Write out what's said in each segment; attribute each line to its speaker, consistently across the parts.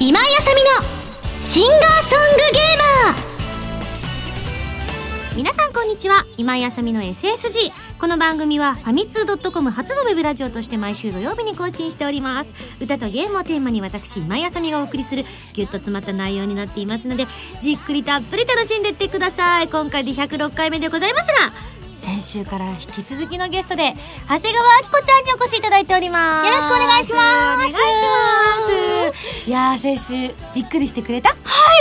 Speaker 1: 今井あさみのシンガーソングゲーマー皆さんこんにちは今井あさみの SSG この番組はファミツー .com 初のウェブラジオとして毎週土曜日に更新しております歌とゲームをテーマに私今井あさみがお送りするギュッと詰まった内容になっていますのでじっくりたっぷり楽しんでいってください今回で106回目でございますが先週から引き続きのゲストで長谷川明子ちゃんにお越しいただいておりますよろしくお願いしますお願いしますいやー先週びっくりしてくれたはい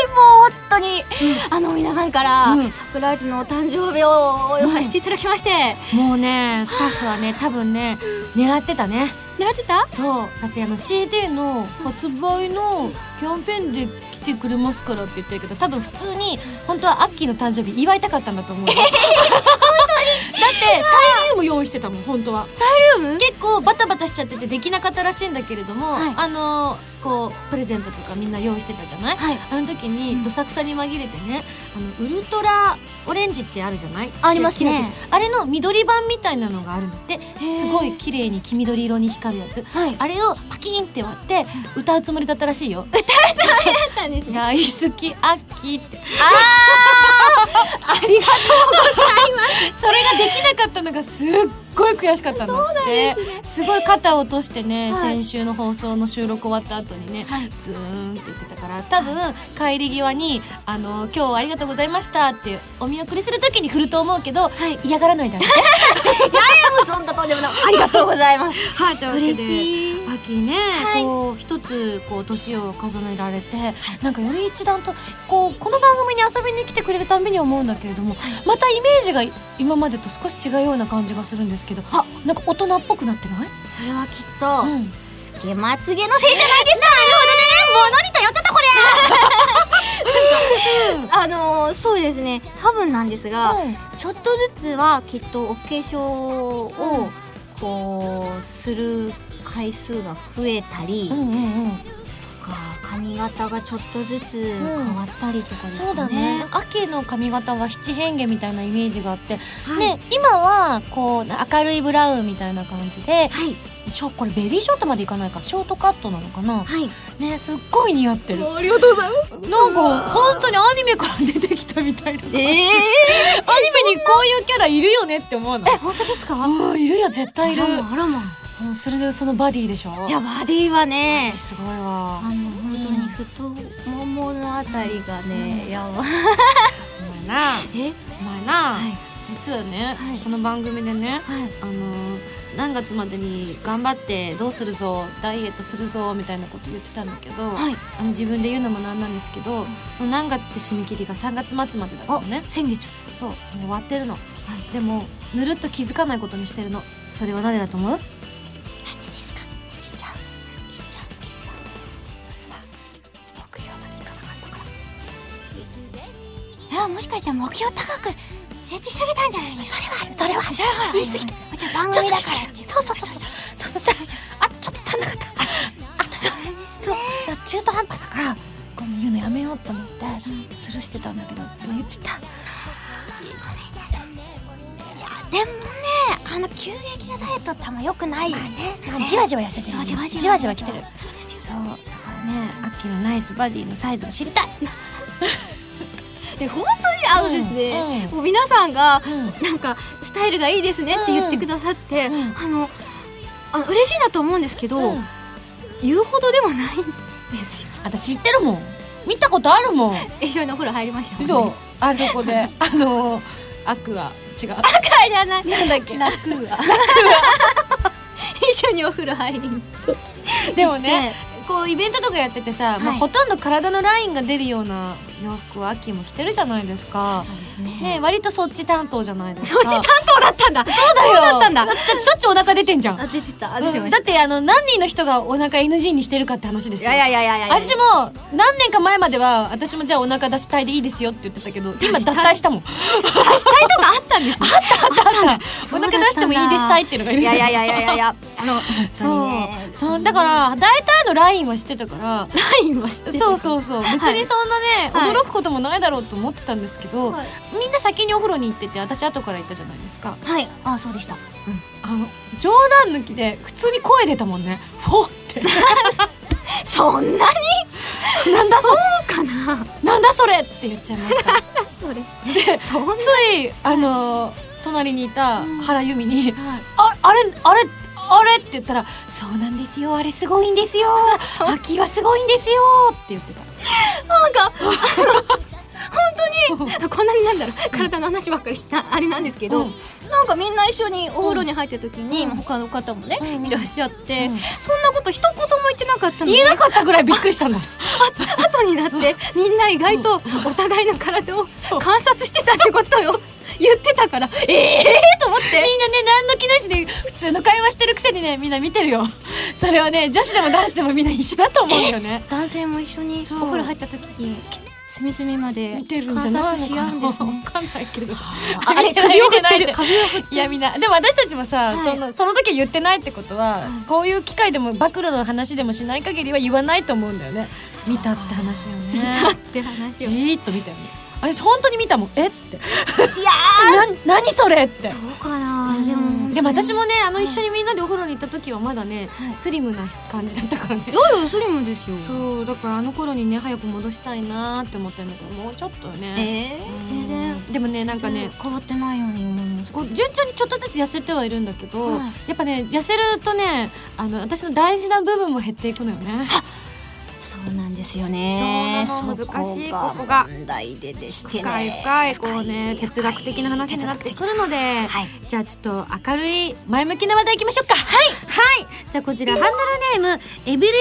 Speaker 1: もう本当に、 あの皆さんから、サプライズのお誕生日をお祝いしていただきまして、もうねスタッフはね多分ね狙ってたね狙ってたそうだってあの CD の
Speaker 2: 発売のキャンペーンで来てくれますからって言ったけど多分普通に本当はアッキーの誕生日祝いたかったんだと思うよだってサイリウム用意してたもん本当は
Speaker 1: サイリウム
Speaker 2: 結構バタバタしちゃっててできなかったらしいんだけれども、
Speaker 1: はい
Speaker 2: あのーこうプレゼントとかみんな用意してたじゃない、
Speaker 1: はい
Speaker 2: あの時にどさくさに紛れてねあのウルトラオレンジってあるじゃない
Speaker 1: ありますね
Speaker 2: できるやつあれの緑版みたいなのがあるんだってすごい綺麗に黄緑色に光るやつ
Speaker 1: はい
Speaker 2: あれをパキーンって割って歌うつもりだったらしいよ
Speaker 1: ったんですね
Speaker 2: 大好きアッキーって
Speaker 1: ありがと
Speaker 2: それができなかったのがすっごい悔しかったのってす,、ごい肩を落としてね、
Speaker 1: はい
Speaker 2: 先週の放送の収録終わった後にね、
Speaker 1: はい
Speaker 2: ズーンって言ってたから多分帰り際に「あの今日はありがとうございました」ってお見送りする時に振ると思うけど、嫌がらないだろうね。
Speaker 1: うそんなとんでもないありがとうございます
Speaker 2: はい、というわけで
Speaker 1: 嬉しい
Speaker 2: 秋ね、
Speaker 1: はい
Speaker 2: こう一つこう年を重ねられて、なんかより一段とこうこの番組に遊びに来てくれるたんびに思うんだけれども、またイメージが今までと少し違うような感じがするんですけどあなんか大人っぽくなってない、
Speaker 1: それはきっ
Speaker 2: う
Speaker 1: と、
Speaker 2: ん、
Speaker 1: つけまつげのせいじゃないですかなるほどねもう何とやっちゃったこれ あのーそうですね多分なんですが、ちょっとずつはきっとお化粧
Speaker 2: う
Speaker 1: を
Speaker 2: ん
Speaker 1: こうする回数が増えたり
Speaker 2: うんうんうん
Speaker 1: とか、髪型がちょっとずつ変わったりとかです
Speaker 2: そ
Speaker 1: かね、
Speaker 2: うだね秋の髪型は七変化みたいなイメージがあって、
Speaker 1: はい、
Speaker 2: ね今はこう明るいブラウンみたいな感じで
Speaker 1: はい
Speaker 2: ショこれベリーショートまでいかないかショートカットなのかな
Speaker 1: はい
Speaker 2: ねすっごい似合ってる
Speaker 1: ありがとうございます
Speaker 2: なんか本当にアニメから出てきたみたい な、
Speaker 1: えー、
Speaker 2: アニメにこういうキャラいるよねって思うの
Speaker 1: え本当ですか
Speaker 2: うんいるよ絶対いる
Speaker 1: あらま
Speaker 2: うんそれでそのバディでしょ
Speaker 1: いやバディはね
Speaker 2: すごいわ
Speaker 1: あの本当に太もものあたりがね、やばい
Speaker 2: お前な
Speaker 1: え
Speaker 2: お前な、
Speaker 1: はい
Speaker 2: 実はね、
Speaker 1: はい
Speaker 2: この番組でね
Speaker 1: はい
Speaker 2: あのー何月までに頑張ってどうするぞダイエットするぞみたいなこと言ってたんだけど、
Speaker 1: はい
Speaker 2: あの自分で言うのもなんなんですけど、その何月って締め切りが3月末までだったのね
Speaker 1: 先月
Speaker 2: そうもう終わってるの、でもぬるっと気づかないことにしてるのそれはなぜだと思う
Speaker 1: なんでですか聞いちゃう聞いちゃう聞いちゃうそれは目標までいかなかったからあもしかしたら目標高く設置しすぎたんじゃないのそれはあるそれはあるそれはある言い過ぎたちょっと番組だからってそうそうそうそうそうそうそうあとちょっと足んなかったあとちょっと
Speaker 2: 中途半端だからこう言うのやめようと思ってスルーしてたんだけど言っちゃった
Speaker 1: いやでもねあの急激なダイエットってあんま良くないよね,、
Speaker 2: じわじわ痩せてる
Speaker 1: そうじわじわ
Speaker 2: じわじわ来てる
Speaker 1: そうです
Speaker 2: そ
Speaker 1: よ
Speaker 2: うだからねアッキーのナイスバディのサイズを知りたい
Speaker 1: で本当に合うんですね、
Speaker 2: うん
Speaker 1: もう皆さんが、
Speaker 2: う
Speaker 1: なんかスタイルがいいですねって言ってくださって、
Speaker 2: うんうん
Speaker 1: あのあの嬉しいなと思うんですけど、
Speaker 2: うん
Speaker 1: 言うほどでもないんですよ
Speaker 2: 私知ってるもん見たことあるもん
Speaker 1: 一緒にお風呂入りましたもんね
Speaker 2: そうあそこであのーアクア違う
Speaker 1: あれじゃない
Speaker 2: なんだっけ
Speaker 1: 楽は一緒にお風呂入りに
Speaker 2: でもねこうイベントとかやっててさ、まあ、
Speaker 1: はい
Speaker 2: ほとんど体のラインが出るような洋服を秋も着てるじゃないですか
Speaker 1: そうですね
Speaker 2: ね割とそっち担当じゃないです
Speaker 1: そっ
Speaker 2: か
Speaker 1: ち担当だったんだそう
Speaker 2: だよ
Speaker 1: だったんだ
Speaker 2: だってしょっちゅうお腹出てんじゃん
Speaker 1: あ出てたあ出て
Speaker 2: うん
Speaker 1: ま
Speaker 2: だ
Speaker 1: し
Speaker 2: ってあの何人の人がお腹 NG にしてるかって話ですよ
Speaker 1: たいやいやいやいやいや
Speaker 2: 私も何年か前までは私もじゃあお腹出したいでいいですよって言ってたけど今脱退したもん
Speaker 1: 出したいとかあったんですね
Speaker 2: お腹出してもいいですたいっていうのがいる
Speaker 1: いやいやいやいやいやあら本
Speaker 2: そうそうだから大体のラインはしてたから
Speaker 1: ラインはして
Speaker 2: そうそうそう別にそんなね、
Speaker 1: はい
Speaker 2: 驚くこともないだろうと思ってたんですけど、
Speaker 1: はい
Speaker 2: みんな先にお風呂に行ってて私後から行ったじゃないですか
Speaker 1: はいあそうでした
Speaker 2: あの冗談抜きで普通に声出たもんねほっ って
Speaker 1: そんなになんだそうかな
Speaker 2: なんだそれって言っちゃいま した
Speaker 1: それ
Speaker 2: で
Speaker 1: そんな
Speaker 2: ついあの隣にいた原由美に
Speaker 1: はい
Speaker 2: 「ああれあれあれ?」って言ったら「そうなんですよあれすごいんです よ秋はすごいんですよ」って言ってた
Speaker 1: なん か
Speaker 2: うん
Speaker 1: こんなになんだろう体の話ばっかりしたあれなんですけど、
Speaker 2: うん
Speaker 1: なんかみんな一緒にお風呂に入った時に、
Speaker 2: うん
Speaker 1: 他の方もね、
Speaker 2: うん
Speaker 1: いらっしゃって、
Speaker 2: うん
Speaker 1: そんなこと一言も言ってなかったのに
Speaker 2: 言えなかったぐらいびっくりしたんだ
Speaker 1: 後になってみんな意外とお互いの体を観察してたってことを 言って たからええー、と思っ
Speaker 2: み
Speaker 1: て
Speaker 2: んなね何の気なしで普通の会話してるくせにねみんな見てるよそれはね女子でも男子でもみんな一緒だと思うよね
Speaker 1: 男性も一緒にお
Speaker 2: そう
Speaker 1: 風呂入った時に隅々まで
Speaker 2: 見てるんじゃ
Speaker 1: 観
Speaker 2: ないの
Speaker 1: 察し
Speaker 2: か
Speaker 1: 合うん
Speaker 2: な
Speaker 1: で
Speaker 2: わ
Speaker 1: すね
Speaker 2: かんないけど
Speaker 1: あ あれ首を振ってる首を振って
Speaker 2: いやみんなでも私たちもさ、
Speaker 1: はい
Speaker 2: そのその時言ってないってことは、
Speaker 1: はい
Speaker 2: こういう機会でも暴露の話でもしない限りは言わないと思うんだよね見たって話よね見
Speaker 1: たって話をい
Speaker 2: じーっと見たよね私本当に見たもんえって
Speaker 1: や
Speaker 2: な何それって
Speaker 1: そうかなで
Speaker 2: うん
Speaker 1: も
Speaker 2: でも私もねあの
Speaker 1: はい
Speaker 2: 一緒にみんなでお風呂に行った時はまだね、
Speaker 1: はい
Speaker 2: スリムな感じだったからね
Speaker 1: よいよスリムですよ
Speaker 2: そうだからあの頃にね早く戻したいなーって思ったんだけどもうちょっとね、
Speaker 1: え
Speaker 2: うん
Speaker 1: 全然
Speaker 2: でもねな
Speaker 1: なんん
Speaker 2: か
Speaker 1: かね
Speaker 2: ね
Speaker 1: 変わってないように思います
Speaker 2: こう順調にちょっとずつ痩せてはいるんだけど、
Speaker 1: はい
Speaker 2: やっぱね痩せるとねあの私の大事な部分も減っていくのよね
Speaker 1: そうなんですよね
Speaker 2: そうなの
Speaker 1: そ
Speaker 2: 難しいここが
Speaker 1: 問題ででしてね
Speaker 2: 深い深いこう
Speaker 1: 深
Speaker 2: ね
Speaker 1: い
Speaker 2: 哲学的な話になってくるので、
Speaker 1: はい
Speaker 2: じゃあちょっと明るい前向きな話題いきましょうかはいはいじゃあこちらハンドルネームエブリデイ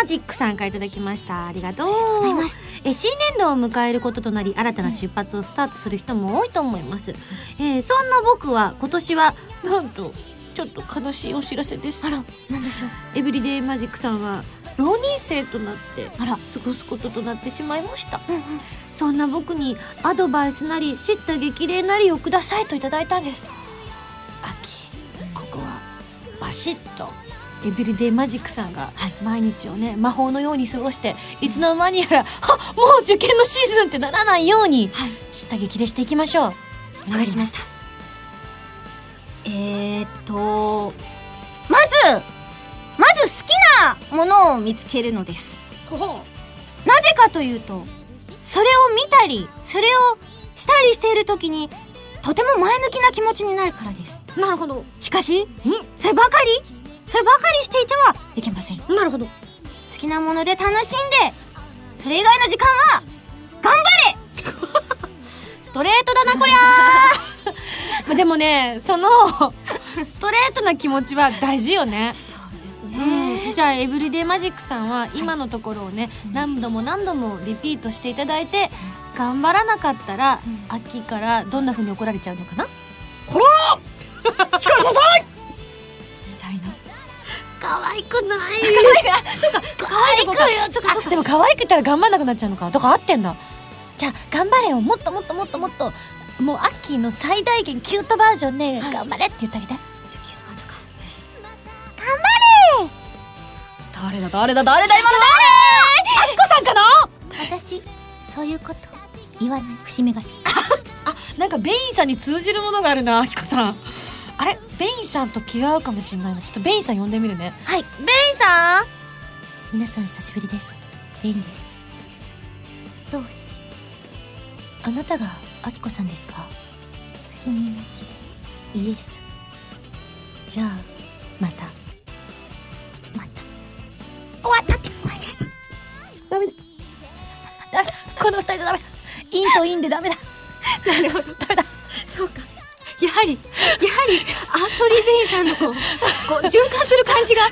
Speaker 2: マジックさんからいただきましたありがとうご
Speaker 1: ざいます
Speaker 2: えー新年度を迎えることとなり新たな出発をスタートする人も多いと思います、えーそんな僕は今年はなんとちょっと悲しいお知らせです
Speaker 1: あらなんでしょう
Speaker 2: エブリデイマジックさんは浪人生となって
Speaker 1: あら
Speaker 2: 過ごすこととなってしまいました
Speaker 1: うんうん
Speaker 2: そんな僕にアドバイスなり叱咤激励なりをくださいといただいたんです秋ここはバシッとエビリデイマジックさんが毎日をね魔法のように過ごしていつの間にやらあもう受験のシーズンってならないように
Speaker 1: はい
Speaker 2: 叱咤激励していきましょう
Speaker 1: お願いしましたえー、っとまずまず好きなものを見つけるのですなぜかというとそれを見たりそれをしたりしている時にとても前向きな気持ちになるからです
Speaker 2: なるほど
Speaker 1: しかしそればかりそればかりしていてはいけません好
Speaker 2: なるほど
Speaker 1: きなもので楽しんでそれ以外の時間は頑張れ
Speaker 2: ストレートだなこりゃー まあでもねそ のストレートな気持ちは大事よね
Speaker 1: そうです
Speaker 2: うんじゃあエブリデイマジックさんは今のところをね、何度も何度もリピートしていただいて、頑張らなかったら、
Speaker 1: うん
Speaker 2: 秋からどんな風に怒られちゃうのかな
Speaker 1: 力さいみたいな可愛くない可愛くないそっか可愛くよそっかそっ
Speaker 2: あでも可愛く言ったら頑張らなくなっちゃうのかとか合ってんだじゃあ頑張れよもっともっともっともっともう秋の最大限キュートバージョンで、
Speaker 1: はい
Speaker 2: 頑張れって言ってあげて誰だ誰だ誰だ今の誰あきこさんかな
Speaker 1: 私そういうこと言わない節目がち
Speaker 2: あなんかベインさんに通じるものがあるなあきこさんあれベインさんと気が合うかもしれないなちょっとベインさん呼んでみるね
Speaker 1: はい
Speaker 2: ベインさん皆さん久しぶりですベインです
Speaker 1: どうし
Speaker 2: あなたがあきこさんですか
Speaker 1: 節目がちでイエス
Speaker 2: じゃあまた
Speaker 1: また終わった終わっちゃった
Speaker 2: ダメだこの二人じゃダメだインとインでダメだ
Speaker 1: なるほどただそうかやはりやはりアートリベイさんのこうこう循環する感じが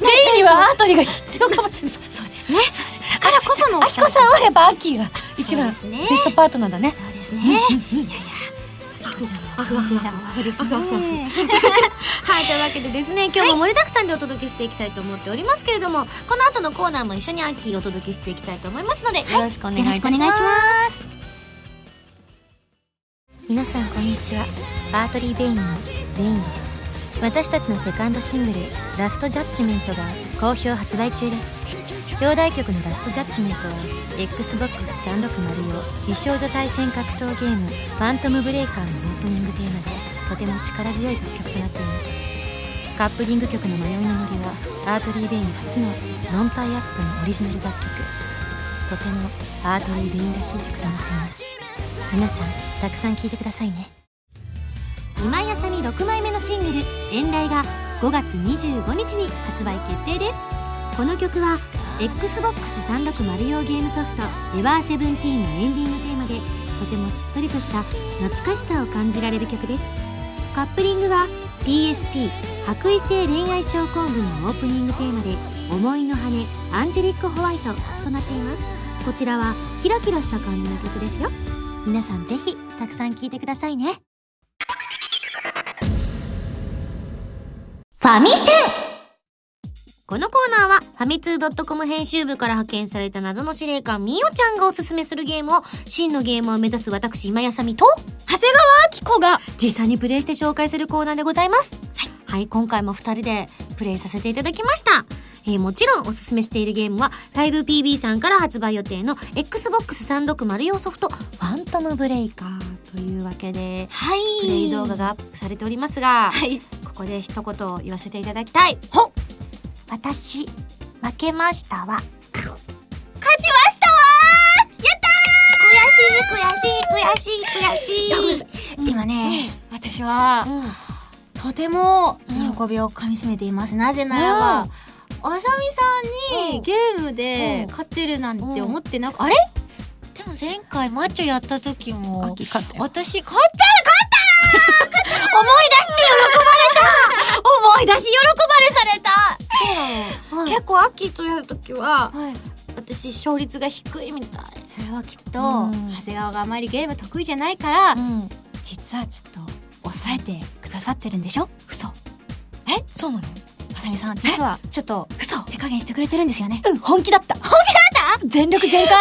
Speaker 2: ベインにはアートリーが必要かもしれないそうですね
Speaker 1: だからこその
Speaker 2: あきこさんはやっぱアッキーが一番ベ
Speaker 1: そうですね
Speaker 2: ストパートナーだね
Speaker 1: そうですね
Speaker 2: あふわふわ
Speaker 1: です
Speaker 2: ふわふわ
Speaker 1: ね
Speaker 2: はいというわけでですね今日も盛りだくさんでお届けしていきたいと思っておりますけれども、この後のコーナーも一緒にアッキーお届けしていきたいと思いますので、よろしくお願いい
Speaker 1: よろ
Speaker 2: た
Speaker 1: し
Speaker 2: し
Speaker 1: く
Speaker 2: ま
Speaker 1: お
Speaker 2: す
Speaker 1: 願いします
Speaker 3: 皆さんこんにちはバートリー・ベインのベインです
Speaker 4: 私たちのセカンドシングル「ラストジャッジメント」が好評発売中です兄弟曲の「ラストジャッジメントは」XBOX360 用美少女対戦格闘ゲーム「ファントムブレイカー」のオープニングテーマでとても力強い楽曲となっていますカップリング曲の「迷いの森」はアートリー・ベイン初のノンタイアップのオリジナル楽曲とてもアートリー・ベインらしい曲となっています皆さんたくさん聴いてくださいね今井あさみ6枚目のシングル「遠雷」が5月25日に発売決定ですこの曲は XBOX360 用ゲームソフト「エヴァーセブンティーンのエンディングテーマでとてもしっとりとした懐かしさを感じられる曲ですカップリングは PSP「白衣性恋愛症候群」のオープニングテーマで「思いの羽アンジェリック・ホワイト」となっていますこちらはキラキラした感じの曲ですよ皆さんぜひたくさん聴いてくださいねファミセこのコーナーは、ファミツー .com 編集部から派遣された謎の司令官、みおちゃんがおすすめするゲームを、真のゲームを目指す私、今やさみと、長谷川明子が、実際にプレイして紹介するコーナーでございます。はい。はい、今回も二人で、プレイさせていただきました。えーもちろんおすすめしているゲームは、5PB さんから発売予定の、Xbox360 用ソフト、ファントムブレイカーというわけで、
Speaker 2: はい
Speaker 4: プレイ動画がアップされておりますが、
Speaker 2: はい
Speaker 4: ここで一言言わせていただきたい。
Speaker 2: ほ
Speaker 4: 私、負けましたわ。やっ
Speaker 2: 勝ちましたわ
Speaker 4: たー悔しい、悔しい、悔しい、悔しい。
Speaker 1: 今ね、私は
Speaker 2: うん
Speaker 1: とても
Speaker 2: うん
Speaker 1: 喜びをかみしめています、なぜならば、あさみさ
Speaker 2: う
Speaker 1: ん
Speaker 2: ん
Speaker 1: にゲームで勝てるなんて思ってなく、あれでも前回マッチョやった時も
Speaker 2: 秋勝ったよ
Speaker 1: 私勝った
Speaker 4: 思い出し喜
Speaker 1: はい
Speaker 2: 結構秋とやるときは
Speaker 1: はい、
Speaker 2: 私勝率が低いみたい
Speaker 1: それはきっと、
Speaker 2: うん
Speaker 1: 長谷川があまりゲーム得意じゃないから、
Speaker 2: ん
Speaker 1: 実はちょっと抑えてくださってるんでしょ嘘
Speaker 2: えそうなの
Speaker 1: あさみさん実はちょっと
Speaker 2: 嘘
Speaker 1: 手加減してくれてるんですよね
Speaker 2: うん本気だった本気だった全力全開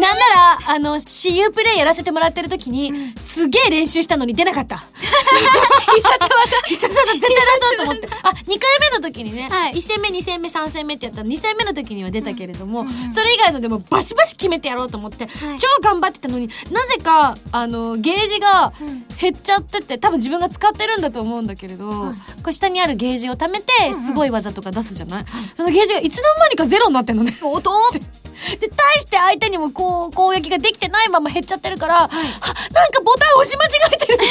Speaker 2: なんならあの私有プレイやらせてもらってる時に、すげえ練習したのに出なかった必殺技必殺技絶対出そうと思ってあ二2回目の時にね、
Speaker 4: は
Speaker 2: 一1戦目2戦目3戦目ってやったら2戦目の時には出たけれども、それ以外のでもバシバシ決めてやろうと思って、
Speaker 1: はい
Speaker 2: 超頑張ってたのになぜかあのゲージが
Speaker 1: うん
Speaker 2: 減っちゃってて多分自分が使ってるんだと思うんだけれど、
Speaker 1: はい
Speaker 2: こう下にあるゲージを貯めてすごい技とか出すじゃない、そのゲージがいつの間にかゼロになってんのね。おとってで対して相手にもこう攻撃ができてないまま減っちゃってるから、あなんかボタン押し間違えてるって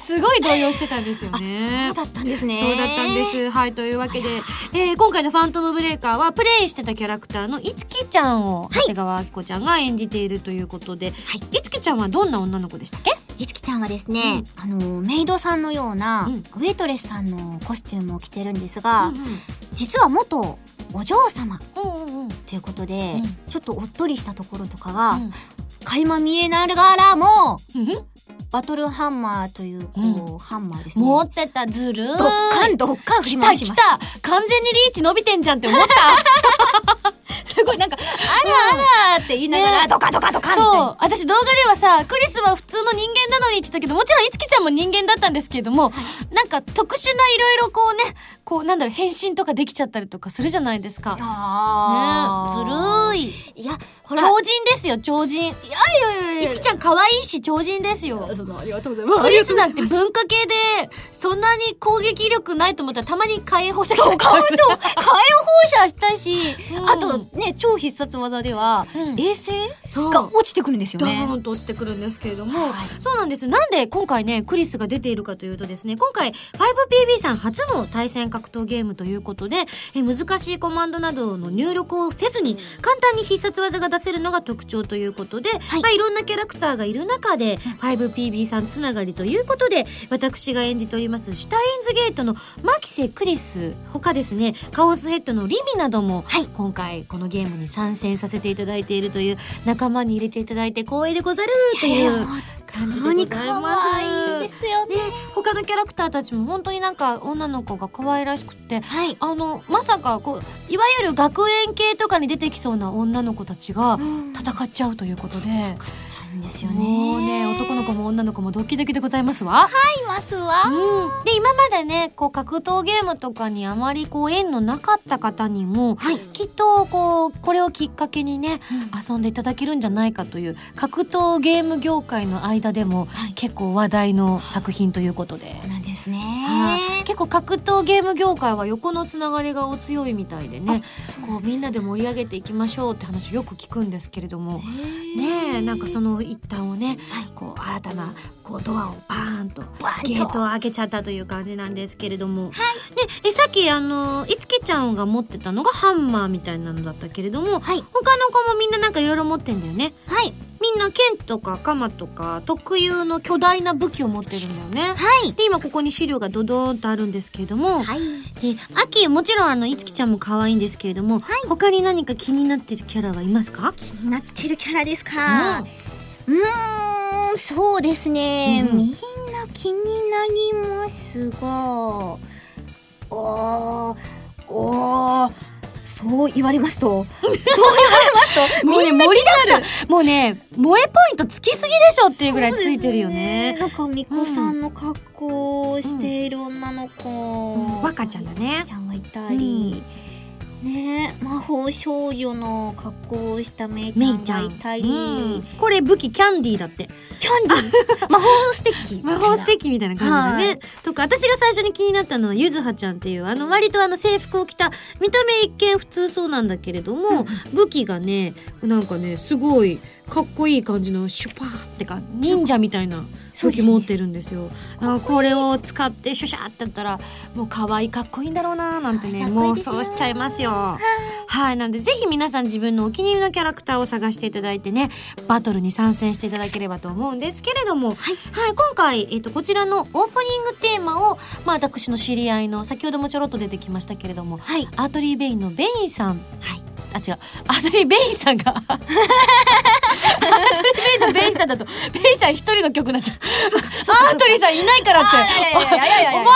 Speaker 2: 私 すごい動揺してたんですよね。
Speaker 1: そうだったんですね
Speaker 2: そうだったんです。はい、というわけで、えー今回の「ファントムブレイカー」はプレイしてたキャラクターのいつきちゃんを長谷川明子ちゃんが演じているということで、い、つきちゃんはどんな女の子でしたっけ
Speaker 1: いつきちゃんはですね、あのメイドさんのような、
Speaker 2: うん
Speaker 1: ウェイトレスさんのコスチュームを着てるんです
Speaker 2: う
Speaker 1: が、
Speaker 2: ん
Speaker 1: 実は元お嬢様
Speaker 2: うんうんうん
Speaker 1: ということで、
Speaker 2: うん
Speaker 1: ちょっとおっとりしたところとかが、垣間見えながらもバトルハンマーというこう、ハンマーですね。
Speaker 2: 持
Speaker 1: ド
Speaker 2: ってたずるー
Speaker 1: ッカンドッカン振り
Speaker 2: 来た
Speaker 1: 回し
Speaker 2: 来
Speaker 1: ます。
Speaker 2: た完全にリーチ伸びてんじゃんって思った すごいなんか
Speaker 1: あらあらって言いながら、
Speaker 2: ね
Speaker 1: ドカドカドカみたい
Speaker 2: そ
Speaker 1: な。
Speaker 2: う私動画ではさクリスは普通の人間なのにって言ったけどもちろんいつきちゃんも人間だったんですけれども、なんか特殊ないろいろこうねこうなんだろう変身とかできちゃったりとかするじゃないですか。ね
Speaker 1: あ
Speaker 2: ずる
Speaker 1: い。
Speaker 2: ーい
Speaker 1: いや、ほら、
Speaker 2: 超人ですよ超人いつきちゃん可愛いし超人ですよ
Speaker 1: ありがとうございま
Speaker 2: クリスなんて文化系でそんなに攻撃力ないと思ったらたまに火炎放射器とか
Speaker 1: そう、火炎放射したし、
Speaker 2: うん
Speaker 1: あとね、超必殺技では、
Speaker 2: うん
Speaker 1: 衛星
Speaker 2: そう
Speaker 1: が落ちてくるんですよ
Speaker 2: ド
Speaker 1: ね。
Speaker 2: ーンと落ちてくるんですけれども、
Speaker 1: はい
Speaker 2: そうなんですなんで今回ねクリスが出ているかというとですね今回 5PB さん初の対戦格闘ゲームということでえ難しいコマンドなどの入力をせずに簡単に必殺技が出せるのが特徴ということで、いまあ、いろんなキャラクターがいる中で 5PB さんつながりということで私が演じておりますシュタインズゲートのマキセ・クリス他ですねカオスヘッドのリミなども、今回このゲームに参戦させていただいているという仲間に入れていただいて光栄でござるという感じでございます。
Speaker 1: すよ
Speaker 2: ね、他他のキャラクターたちも本当になんか女の子が可愛らしくって
Speaker 1: はい。
Speaker 2: あのまさかこういわゆる学園系とかに出てきそうな女の子たちが
Speaker 1: 戦っ
Speaker 2: 戦っちゃうということで。
Speaker 1: ちゃうんですよね。
Speaker 2: もうね男の子も女の子もドキドキでございますわ。
Speaker 1: いますわ。
Speaker 2: うん、で今までねこう格闘ゲームとかにあまりこう縁のなかった方にも
Speaker 1: はい。
Speaker 2: きっとこうこれをきっかけにね遊んでいただけるんじゃないかという格闘ゲーム業界の間でも
Speaker 1: はい
Speaker 2: 結構話題の作品ということで。
Speaker 1: あなんですね。
Speaker 2: はい結構格闘ゲーム業界は横のつながりがお強いみたいでねこうみんなで盛り上げていきましょうって話をよく聞くんですけれどもねえなんかその一端をね、こう新たなこうドアをバーンとゲートを開けちゃったという感じなんですけれども、でえさっきあのいつきちゃんが持ってたのがハンマーみたいなのだったけれども、
Speaker 1: はい
Speaker 2: 他の子もみんななんかいろいろ持ってんだよね
Speaker 1: はい。
Speaker 2: みんな剣とか鎌とか特有の巨大な武器を持ってるんだよね。
Speaker 1: はい。
Speaker 2: で今ここに資料がドドーンとあるんですけれども、
Speaker 1: はい。
Speaker 2: え秋もちろんあのいつきちゃんも可愛いんですけれども、他に何か気になってるキャラはいますか
Speaker 1: 気になってるキャラですか。
Speaker 2: うん
Speaker 1: うーん、そうですね。
Speaker 2: うん
Speaker 1: みんな気になりますが。おー、おー、そう言われま すと。そう言われますと。
Speaker 2: もうね
Speaker 1: みんな
Speaker 2: 盛りだくさんもうね萌えポイントつきすぎでしょっていうぐらいついてるよね
Speaker 1: そうですなんかみこさんの格好をしている女の子、
Speaker 2: うん若ちゃんだね
Speaker 1: ちゃんがいたり、ねえ魔法少女の格好をしためいち
Speaker 2: め
Speaker 1: ゃ
Speaker 2: い
Speaker 1: ん
Speaker 2: ちゃ
Speaker 1: が
Speaker 2: ん、
Speaker 1: いたり、
Speaker 2: うんこれ武器キャンディーだって
Speaker 1: キャンディ ー魔法ステッキみた
Speaker 2: 魔
Speaker 1: いな
Speaker 2: 法ステッキみたいな感じだ
Speaker 1: は
Speaker 2: ねとか私が最初に気になったのはゆずはちゃんっていうあの割とあの制服を着た見た目一見普通そうなんだけれども武器がねなんかねすごいかっこいい感じのシュパーってか忍者みたいな
Speaker 1: そう
Speaker 2: 武
Speaker 1: で
Speaker 2: 器
Speaker 1: すね
Speaker 2: 持ってるんですよあこれを使ってシュシャーってやったらもう可愛いかっこいいんだろうななんてね
Speaker 1: かっこいい
Speaker 2: 妄
Speaker 1: ですね
Speaker 2: 想しちゃいますよはいなのでぜひ皆さん自分のお気に入りのキャラクターを探していただいてねバトルに参戦していただければと思うんですけれども、はい今回、えっとこちらのオープニングテーマを、まあ、私の知り合いの先ほどもちょろっと出てきましたけれども、
Speaker 1: はい
Speaker 2: アートリー・ベインのベインさん、はい、あ違うアートリー・ベインさんがアートリー・ベインのベインさんだとベインさん一人の曲になっちゃうアートリーさんいないからって
Speaker 1: いやいやいやいやいや
Speaker 2: お前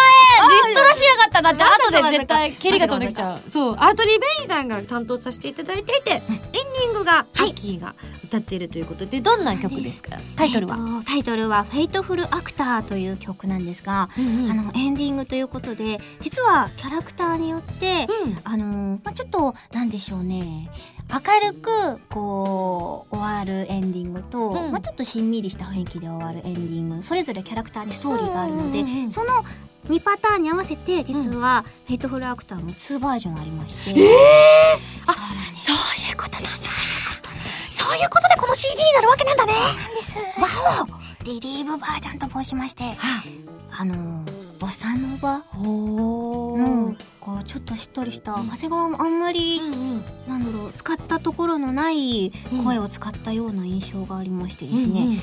Speaker 2: リストラしやがったなって後で絶対蹴りが飛んできちゃうそうアートリー・ベインさんが担当させていただいていてエンディングがハッキーが歌っているということでどんな曲ですかタイトルは、
Speaker 1: えっとタイトルは「フェイトフルアクター」という曲なんですが、
Speaker 2: うんうん
Speaker 1: あのエンディングということで実はキャラクターによって、
Speaker 2: うん
Speaker 1: あのまあ、ちょっとなんでしょうね明るくこう終わるエンディングと、
Speaker 2: うん
Speaker 1: まあ、ちょっとしんみりした雰囲気で終わるエンディングそれぞれキャラクターにストーリーがあるので、
Speaker 2: うんうんうん
Speaker 1: その2パターンに合わせて実は「フェイトフルアクター」も2バージョンありまして、そうなんです
Speaker 2: そういうことだそういうことでこの CD になるわけなんだね
Speaker 1: なんです
Speaker 2: わ
Speaker 1: リリーブバージョンと申しましてあのボサノバ
Speaker 2: おおー
Speaker 1: のこうちょっとしっとりした長谷川もあんまり、
Speaker 2: うん
Speaker 1: なんだろう使ったところのない
Speaker 2: うん
Speaker 1: 声を使ったような印象がありましてで
Speaker 2: うん
Speaker 1: すね、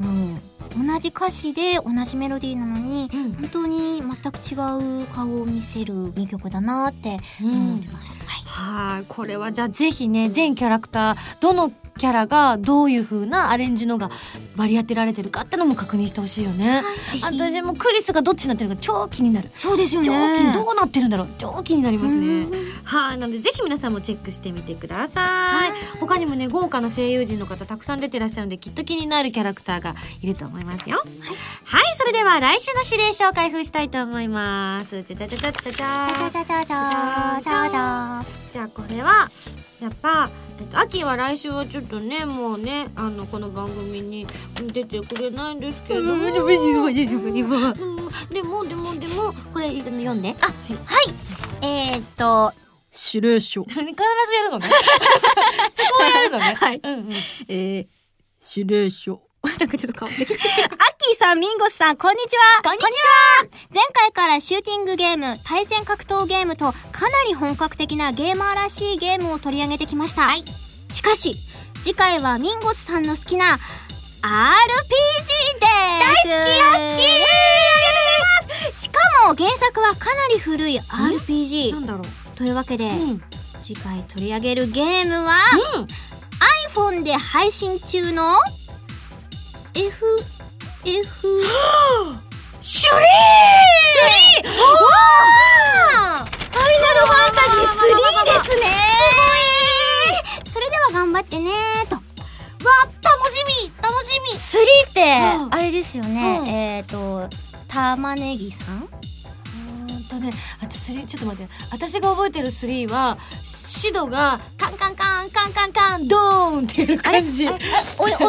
Speaker 1: もう同じ歌詞で同じメロディーなのに
Speaker 2: うんうん
Speaker 1: 本当に全く違う顔を見せる2曲だなって
Speaker 2: うん
Speaker 1: 思ってます、はい
Speaker 2: はい、これはじゃあぜひね全キャラクターどのキャラがどういう風なアレンジのが割り当てられてるかってのも確認してほしいよね。
Speaker 1: はいぜひ
Speaker 2: 私もクリスがどっちになってるか超気になる。
Speaker 1: そうですよ
Speaker 2: 超気に
Speaker 1: ね
Speaker 2: どうなってるんだろう超気になりますね
Speaker 1: うん。
Speaker 2: はい、なのでぜひ皆さんもチェックしてみてください。他にもね豪華な声優陣の方たくさん出てらっしゃるのできっと気になるキャラクターがいると思いますよ。はい、それでは来週の指令書を開封したいと思います。じゃじゃじゃじゃじゃじゃーん
Speaker 1: じゃじゃじゃじゃじゃじゃ
Speaker 2: じゃあこれはやっぱ、えっと、秋は来週はちょっとねもうねあのこの番組に出てくれないんですけれども、うん、でもでもでもこれあの読んであ
Speaker 1: えー、っと
Speaker 2: 指令書必ずやる のねそこはやるのねはい、うんうん、えー、指令書なんかちょっと変わってきた
Speaker 1: アッキーさん、ミンゴスさん、こんにちは。こんにちは。前回からシューティングゲーム、対戦格闘ゲームと、かなり本格的なゲーマーらしいゲームを取り上げてきました。しかし、次回はミンゴスさんの好きな、RPG です。大好き、アッキーありがとうございます。しかも、原作はかなり古い RPG
Speaker 2: なんだろう
Speaker 1: というわけで、
Speaker 2: うん
Speaker 1: 次回取り上げるゲームは、
Speaker 2: うん
Speaker 1: iPhone で配信中の F F
Speaker 4: シュリー
Speaker 1: スリーファイナルファンタジー3ですねすごいそれでは頑張ってねーと。わ、楽しみ楽しみ !3 って、
Speaker 4: うん
Speaker 1: あれですよね。
Speaker 4: うん
Speaker 1: えっ、ー、と、玉ねぎさん
Speaker 4: うーんとね、あとスリーちょっと待って私が覚えてるスリーはシドがカンカンカンカンカンカンドーンっていう感じ
Speaker 1: あ
Speaker 4: あ
Speaker 1: れ お、オニオンナ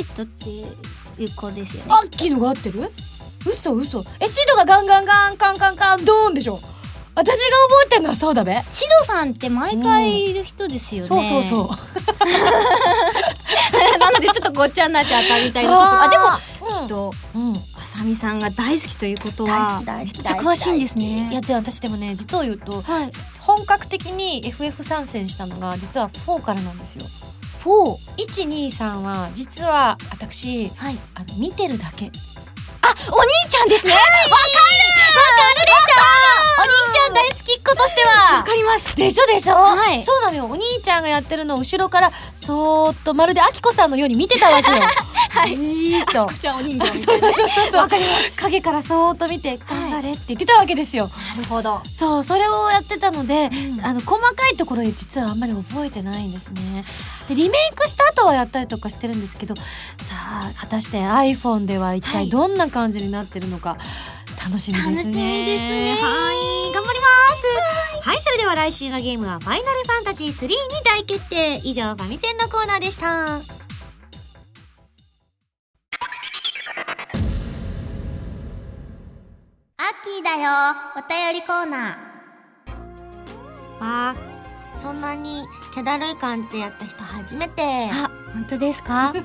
Speaker 1: イトっていう子ですよね。
Speaker 4: っきのが合ってる嘘嘘えシドがガンガンガンカンカンカンドーンでしょ私が覚えてるのはそうだべ
Speaker 1: シドさんって毎回いる人ですよね。
Speaker 4: そうそうそう
Speaker 1: う。 なのでちょっとごっちゃになっちゃったみたいなとこ。あ、でも、きっ
Speaker 4: でも、
Speaker 1: と、
Speaker 4: うん、
Speaker 1: あさみさんが大好きということ
Speaker 4: 大
Speaker 1: は
Speaker 4: 好き大好き
Speaker 1: めっちゃ詳しいんですね
Speaker 4: いやじゃあ私でもね実を言うと
Speaker 1: はい
Speaker 4: 本格的に FF 参戦したのが実は4からなんですよ
Speaker 1: 4
Speaker 4: 123は実は私
Speaker 1: はい
Speaker 4: あの見てるだ
Speaker 1: お
Speaker 4: け
Speaker 1: 兄ちゃんですねわかるわかるでしょお兄ちゃん大好きっ子として
Speaker 4: わ
Speaker 1: は
Speaker 4: かりますでしょでしょ、
Speaker 1: はい
Speaker 4: そうなのよお兄ちゃんがやってるのを後ろからそーっとまるであきこさんのように見てたわけよはいーっと
Speaker 1: ちゃんお兄ちゃん
Speaker 4: そうそうそうそうわかります影からそーっと見て頑張れって言ってたわけですよ、
Speaker 1: なるほど
Speaker 4: そうそれをやってたので、
Speaker 1: ん
Speaker 4: あの細かいところ実はあんまり覚えてないんですねでリメイクした後はやったりとかしてるんですけどさあ果たして iPhone では一
Speaker 1: は
Speaker 4: 体
Speaker 1: い
Speaker 4: どんな感じになってるのか、楽しみですね
Speaker 1: 楽しみですね
Speaker 2: はい頑張りますはいそれでは来週のゲームは「ファイナルファンタジー3」に大決定以上ファミセンのコーナーでした
Speaker 1: アッキーだよお便りコーナー
Speaker 2: わあそんなに気だるい感じでやった人初めて
Speaker 1: あ本当ですか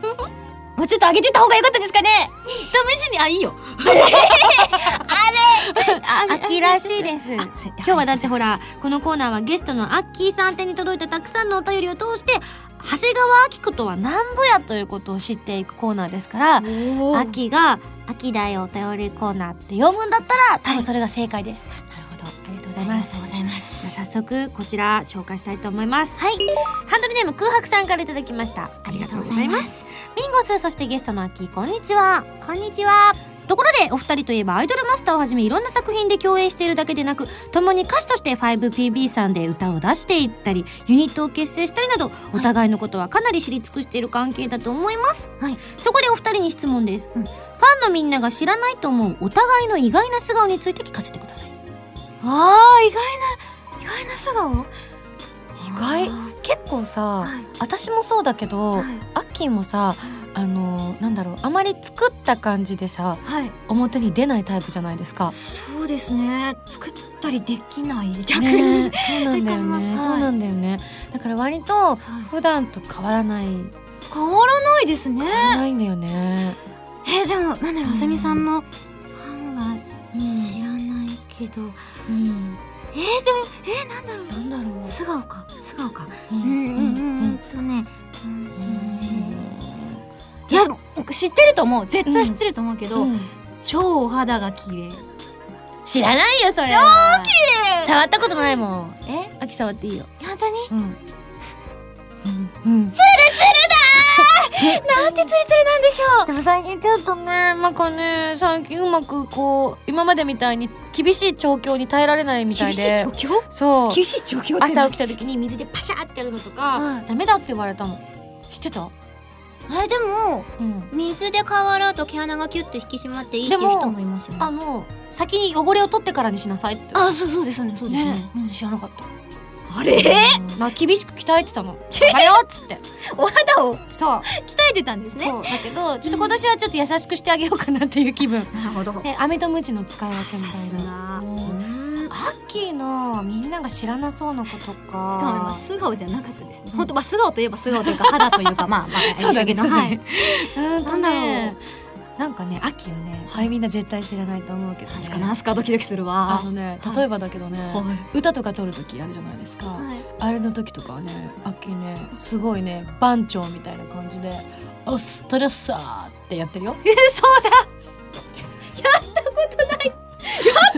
Speaker 1: もうちょっと上げてた方が良かったですかね
Speaker 2: 試しにあいい よ
Speaker 1: あ
Speaker 2: 秋らしいです今日はだってほらこのコーナーはゲストのアッキーさん宛てに届いたたくさんのお便りを通して長谷川アキ子とは何ぞやということを知っていくコーナーですから
Speaker 4: あ
Speaker 2: アキが「秋だよお便りコーナー」って読むんだったら多分それが正解です、
Speaker 4: なるほどありがとうご
Speaker 2: あ
Speaker 4: ざい
Speaker 2: りが
Speaker 4: ます
Speaker 2: とうございますじゃあ早速こちら紹介したいと思います
Speaker 1: はい
Speaker 2: ハンドルネーム空白さんからいただきましたありがとうございます
Speaker 1: す
Speaker 2: ミンゴスそしてゲストのアッキーこんにちは
Speaker 1: こんにちは
Speaker 2: ところでお二人といえばアイドルマスターをはじめいろんな作品で共演しているだけでなく共に歌手として 5PB さんで歌を出していったりユニットを結成したりなどお互いのことはかなり知り尽くしている関係だと思います、
Speaker 1: はい
Speaker 2: そこでお二人に質問です、
Speaker 1: うん
Speaker 2: ファンのみんなが知らないと思うお互いの意外な素顔について聞かせてください
Speaker 1: あー意外な意外な素顔
Speaker 4: 意外結構さ、
Speaker 1: はい
Speaker 4: 私もそうだけど、
Speaker 1: はい
Speaker 4: アッキーもさあのなんだろうあまり作った感じでさ
Speaker 1: はい
Speaker 4: 表に出ないタイプじゃないですか
Speaker 1: そうですね作ったりできない逆
Speaker 4: ねえ、そうなん
Speaker 1: だ
Speaker 4: だよ
Speaker 1: からはい
Speaker 4: ねそうなんだよねだから割と普段と変わらない
Speaker 1: 変わらないですね
Speaker 4: 変わらないんだよね、
Speaker 1: えーでもなんだろうあさみさんのファンが
Speaker 4: うん
Speaker 1: 知らないけど、
Speaker 4: うん
Speaker 1: えーでもえーなんだろう
Speaker 4: なんだろう
Speaker 1: 素顔か素顔か
Speaker 4: う
Speaker 1: うんんうんう
Speaker 4: うん
Speaker 1: んうんとねうんとね
Speaker 4: う
Speaker 1: いやでも僕知ってると思う絶対知ってると思うけど、
Speaker 4: んうん
Speaker 1: 超お肌が綺麗
Speaker 4: 知らないよそ
Speaker 1: 超
Speaker 4: れ綺麗触ったことないもん
Speaker 1: え
Speaker 4: 秋触っていいよ
Speaker 1: 本当に
Speaker 4: うんうん、で
Speaker 1: なんてツルツルなんでしょう
Speaker 4: も最近ちょっとねなんかね最近うまくこう今までみたいに厳しい調教に耐えられないみたいで
Speaker 1: 況
Speaker 4: そう
Speaker 1: しい状況って
Speaker 4: 朝起きた時に水でパシャーってやるのとか、
Speaker 1: うん
Speaker 4: ダメだって言われたの知ってた、
Speaker 1: えでも
Speaker 4: うん、
Speaker 1: 水で変わると毛穴がキュッと引き締まっていいっていう
Speaker 4: でも
Speaker 1: 人もいますよね
Speaker 4: あの先に汚れを取ってからにしなさいって
Speaker 1: あそうそうですそうですそうですね
Speaker 4: ね知らなかった、
Speaker 1: あれ
Speaker 4: うんな厳しく鍛えてたの「あれよ」っつって
Speaker 1: お肌を鍛
Speaker 4: そう
Speaker 1: えてたんですね
Speaker 4: そうだけどちょっと今年はちょっと優しくしてあげようかなっていう気分
Speaker 1: なるほど
Speaker 4: で飴とムチの使い分けみ
Speaker 1: さ
Speaker 4: たい
Speaker 1: す
Speaker 4: な
Speaker 1: が
Speaker 4: うんアッキーのみんなが知らなそうなこと
Speaker 1: しかも今
Speaker 4: か
Speaker 1: 素顔じゃなかったですね。本当まあ素顔といえば素顔というか肌というか まあまあ
Speaker 4: そうだね
Speaker 1: あれで
Speaker 4: そうだ
Speaker 1: すけ
Speaker 4: ね
Speaker 1: ど
Speaker 4: うんと
Speaker 1: なん
Speaker 4: ねなんかねアッキーはねこれみんな絶対知らないと思うけど、
Speaker 1: はい。なん
Speaker 4: ね、
Speaker 1: すかなんすかドキドキするわ
Speaker 4: あ。のね
Speaker 1: はい
Speaker 4: 例えばだけどね、
Speaker 1: は
Speaker 4: 歌とか撮る時あるじゃないですか、
Speaker 1: い。
Speaker 4: あれの時とかはねアッキーねすごいね番長みたいな感じで「あストレッサー」ってやってるよ
Speaker 1: えそうだ。このコーナー
Speaker 4: あ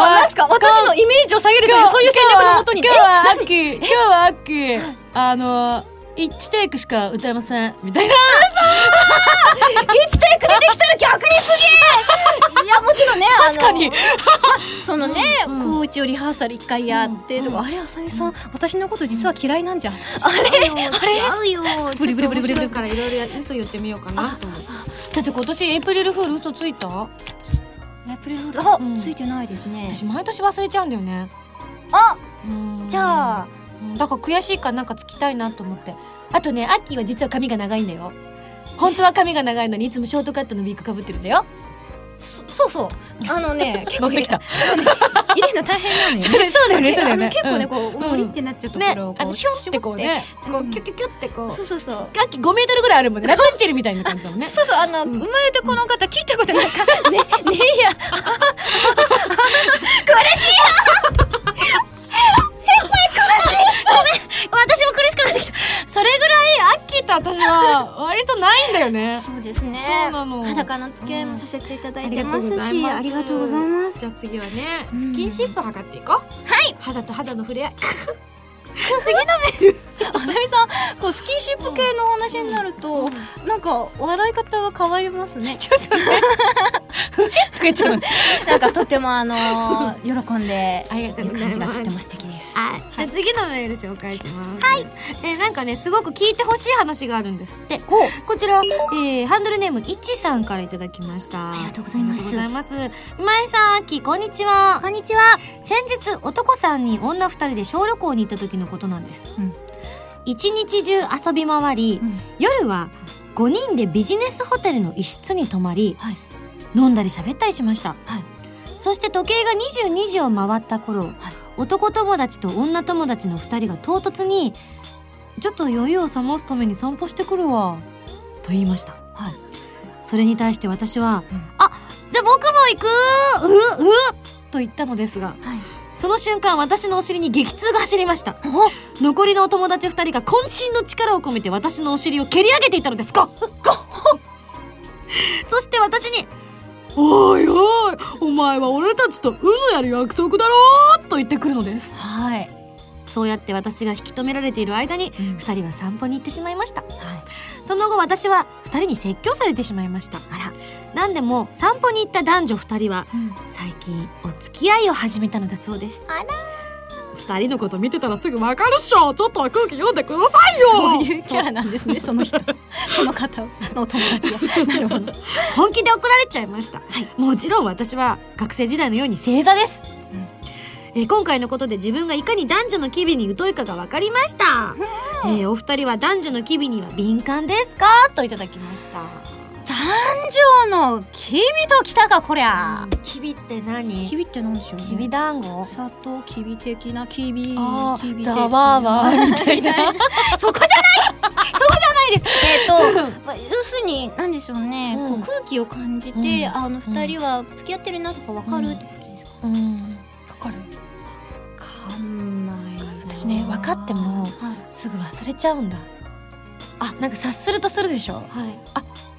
Speaker 1: はなんすか私のイメージを下げるというそういう戦略のもとに。
Speaker 4: 今日は今日はアッキー今日はアッキーあの1テイクしか歌えませんみたいな
Speaker 1: 1テイクでできたら逆にすげえいやもちろんね
Speaker 4: 確かに
Speaker 1: あの そのね、
Speaker 4: うん
Speaker 1: こううちよりハーサル一回やってとか、
Speaker 4: うん
Speaker 1: あれあさみさん、私のこと実は嫌いなんじゃん、
Speaker 2: あれ違うよ
Speaker 4: ブリブリブリブ
Speaker 2: ちょっと面
Speaker 4: リ
Speaker 2: 白いからいろいろ嘘言ってみようかなと思って
Speaker 4: だって今年エイプリルフール嘘ついた
Speaker 1: エプリルフールあ、
Speaker 4: うん
Speaker 1: ついてないですね
Speaker 4: 私毎年忘れちゃうんだよね
Speaker 1: あ
Speaker 4: うん
Speaker 1: じゃあ
Speaker 4: うんだから悔しいからなんかつきたいなと思ってあとねアッキーは実は髪が長いんだよ本当は髪が長いのにいつもショートカットのウィークかぶってるんだよ
Speaker 1: そそう そうあのね結
Speaker 4: 乗
Speaker 1: 構
Speaker 4: ってきた
Speaker 1: 入れるの大変なのよ
Speaker 4: そうだよねそうだよね
Speaker 1: 結構ね
Speaker 4: うん
Speaker 1: こう
Speaker 4: うん
Speaker 1: モリってなっちゃうとこ
Speaker 4: ね
Speaker 1: ろをこう
Speaker 4: あのションってこうね
Speaker 1: こうキュ
Speaker 4: キュキュってこ
Speaker 1: そうそうそう
Speaker 4: アッキー5メートルぐらいあるもんねラプンチェルみたいな感じだもんね
Speaker 1: そうそうあの、
Speaker 4: うん
Speaker 1: 生まれてこの方聞いたことないかねねえや苦しいよ先輩苦しいごめん私も苦しくなってきた
Speaker 4: それぐらいアッキーと私は 割とないんだよね
Speaker 1: そうですね
Speaker 4: そうなの
Speaker 1: 裸の付き合いもさせていただいて
Speaker 2: うん
Speaker 1: ますし、あ
Speaker 2: あ
Speaker 1: り
Speaker 2: り
Speaker 1: が
Speaker 2: が
Speaker 1: と
Speaker 2: と
Speaker 1: う
Speaker 2: う
Speaker 1: ご
Speaker 2: ご
Speaker 1: ざ
Speaker 2: ざ
Speaker 1: い
Speaker 2: い
Speaker 1: ます
Speaker 2: じゃあ次はね
Speaker 1: うん
Speaker 2: スキンシップ測っていこうはい肌と肌の触れ合い
Speaker 1: あさみさんこうスキンシップ系のお話になると、なんか笑い方が変わります ね
Speaker 4: ちょっとねとか言っちゃうの
Speaker 1: なんかとてもあのー 喜んで
Speaker 4: ありがと
Speaker 1: いうる
Speaker 4: ござ
Speaker 1: 感じ
Speaker 4: い
Speaker 1: が
Speaker 4: ま
Speaker 1: と
Speaker 4: す
Speaker 1: ても素敵です
Speaker 2: はい、じゃあ次のメール紹介します。はい。えーなんかね、すごく聞いてほしい話があるんですって。
Speaker 1: ほう
Speaker 2: こちら、えーハンドルネーム、いちさんからいただきました。
Speaker 1: ありがとうございます
Speaker 2: ありがとうございます。今井さん、あき、こんにちは。
Speaker 1: こんにちは
Speaker 2: 先日、男さんに女二人で小旅行に行った時のことなんです。
Speaker 1: うん
Speaker 2: 一日中遊び回り、
Speaker 1: うん
Speaker 2: 夜は5人でビジネスホテルの一室に泊まり、
Speaker 1: はい
Speaker 2: 飲んだり喋ったりしました、
Speaker 1: はい
Speaker 2: そして時計が22時を回った頃、男友達と女友達の2人が唐突に「ちょっと余裕を覚ますために散歩してくるわ」と言いました、
Speaker 1: はい
Speaker 2: それに対して私は「
Speaker 4: うん
Speaker 2: あじゃあ僕も行くうううと言ったのですが
Speaker 1: はい
Speaker 2: その瞬間私のお尻に激痛が走りました残りのお友達2人が渾身の力を込めて私のお尻を蹴り上げていたのですゴッゴッそして私に「おいおいお前は俺たちとうのやる約束だろ!」と言ってくるのです
Speaker 1: はい、
Speaker 2: そうやって私が引き止められている間に
Speaker 1: うん
Speaker 2: 2人は散歩に行ってしまいました
Speaker 1: はい
Speaker 2: その後私は2人に説教されてしまいました
Speaker 1: あら
Speaker 2: 何でも散歩に行った男女2人は
Speaker 1: うん
Speaker 2: 最近お付き合いを始めたのだそうです
Speaker 1: あ
Speaker 2: 二人のこと見てたらすぐわかるっしょちょっとは空気読んでくださいよ
Speaker 1: そういうキャラなんですね その人その方のお友達 はなるほど、
Speaker 2: 本気で怒られちゃいました、もちろん私は学生時代のように正座です、
Speaker 1: うん
Speaker 2: えー今回のことで自分がいかに男女の機微に疎いかが分かりました、えーお二人は男女の機微には敏感ですかといただきました
Speaker 1: 男女の君と来たかこりゃ
Speaker 2: 機微って何
Speaker 1: 君って何でしょう、ね、
Speaker 2: 機微団子
Speaker 1: 砂糖きび的なきび
Speaker 4: あー
Speaker 1: ざ
Speaker 4: ざ
Speaker 1: わ
Speaker 4: わ
Speaker 1: わ
Speaker 4: わ
Speaker 1: みたいなそこじゃないそこじゃないです えっ、と、まあ、要するに何でしょうね、
Speaker 4: うん
Speaker 1: こう空気を感じて、
Speaker 4: うん
Speaker 1: あの二人は付き合ってるなとかわかるってことですか、
Speaker 4: うんわかる
Speaker 1: わかんない
Speaker 4: 私ね分かってもすぐ忘れちゃうんだあなんか察するとするでしょ
Speaker 1: はい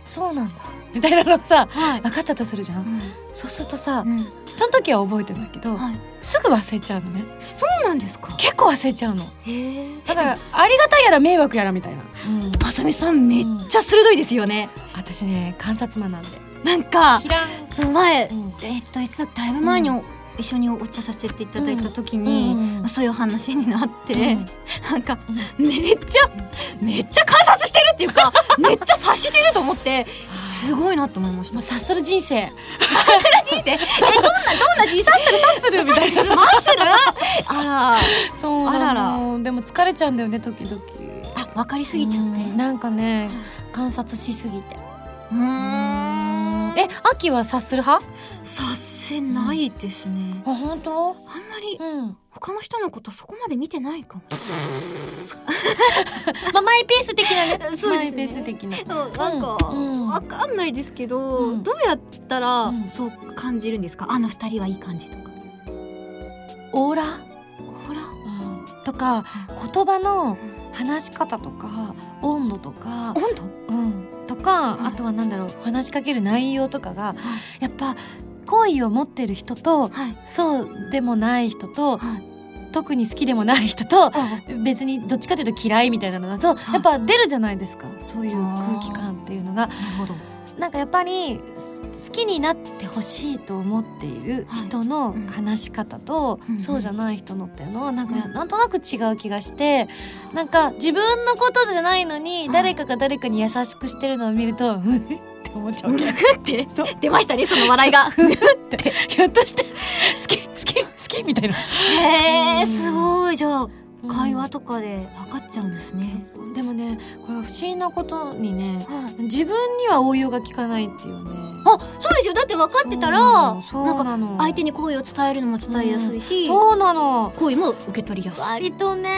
Speaker 4: そうなんだみたいなのさ
Speaker 1: はい、
Speaker 4: 分かったとするじゃん
Speaker 1: う
Speaker 4: そうするとさ
Speaker 1: ん
Speaker 4: その時は覚えてるんだけど
Speaker 1: はい
Speaker 4: すぐ忘れちゃうのね
Speaker 1: そうなんですか
Speaker 4: 結構忘れちゃうの
Speaker 1: へえ
Speaker 4: だからありがたいやら迷惑やらみたいな、
Speaker 1: あさみさんめっちゃ鋭いですよね、
Speaker 4: 私ね観察魔なんで
Speaker 1: なんか
Speaker 4: キラン
Speaker 1: その前
Speaker 4: うん
Speaker 1: えっといつだっけだいぶ前にお一緒にお茶させていただいた時に、まあそういう話になって、なんかめっちゃめっちゃ観察してるっていう かめっちゃ察してると思ってすごいなと思いまし
Speaker 4: も
Speaker 1: た
Speaker 4: う察する人生
Speaker 1: 人生えどんなどんな人生
Speaker 4: 察するみたいな
Speaker 1: マッスルあ
Speaker 4: そう
Speaker 1: あらら
Speaker 4: もうでも疲れちゃうんだよね時々
Speaker 1: らあ分かりすぎちゃって
Speaker 4: うんなんかね観察しすぎて
Speaker 1: うーんえ
Speaker 4: え秋は察する派
Speaker 1: 察せないですね
Speaker 4: あ本当
Speaker 1: あんまり
Speaker 4: うん
Speaker 1: 他の人のことそこまで見てないかも
Speaker 4: まあ、マイペース的な ね。
Speaker 1: そうですね
Speaker 4: マイペース的な。
Speaker 1: そうなんか、わ
Speaker 4: うん
Speaker 1: かんないですけど、
Speaker 4: うん
Speaker 1: どうやったら、
Speaker 4: うん
Speaker 1: そう感じるんですかあの二人はいい感じとか
Speaker 4: オーラ、
Speaker 1: ほら
Speaker 4: とか、言葉の話し方とか、温度とか、
Speaker 1: 温度
Speaker 4: うん、とか、
Speaker 1: はい
Speaker 4: あとはなんだろう、話しかける内容とかが、やっぱ、好意を持ってる人
Speaker 1: は
Speaker 4: と、
Speaker 1: い
Speaker 4: そうでもない人と、
Speaker 1: は
Speaker 4: 特に好きでもない人と
Speaker 1: あ
Speaker 4: 別にどっちかというと嫌いみたいなのだと
Speaker 1: はい
Speaker 4: やっぱ出るじゃないですかそういう空気感っていうの
Speaker 1: な
Speaker 4: が
Speaker 1: るほど
Speaker 4: なんかやっぱりす好きになってほしいと思っている
Speaker 1: はい
Speaker 4: 人の
Speaker 1: うん
Speaker 4: 話し方と、
Speaker 1: うんうん
Speaker 4: そうじゃない人のっていうのはなん
Speaker 1: う
Speaker 4: か
Speaker 1: ん
Speaker 4: なんとなく違う気がしてなんか自分のことじゃないのに
Speaker 1: い
Speaker 4: 誰かが誰かに優しくしてるのを見ると 「うふっ」って思っちゃうわけ
Speaker 1: って出ましたねその笑いが
Speaker 4: ひょっとして好き好き好きみたいな。
Speaker 1: へえすごいじゃあ会話とかで分かっちゃうんですね、
Speaker 4: うんでもねこれが不思議なことにね
Speaker 1: はい
Speaker 4: 自分には応用が利かないっていうね。
Speaker 1: あそうですよだって分かってたらなん
Speaker 4: そうなの
Speaker 1: か相手に恋を伝えるのも伝えやすいし、
Speaker 4: そうなの
Speaker 1: 恋も受け取りやすい
Speaker 4: 割とね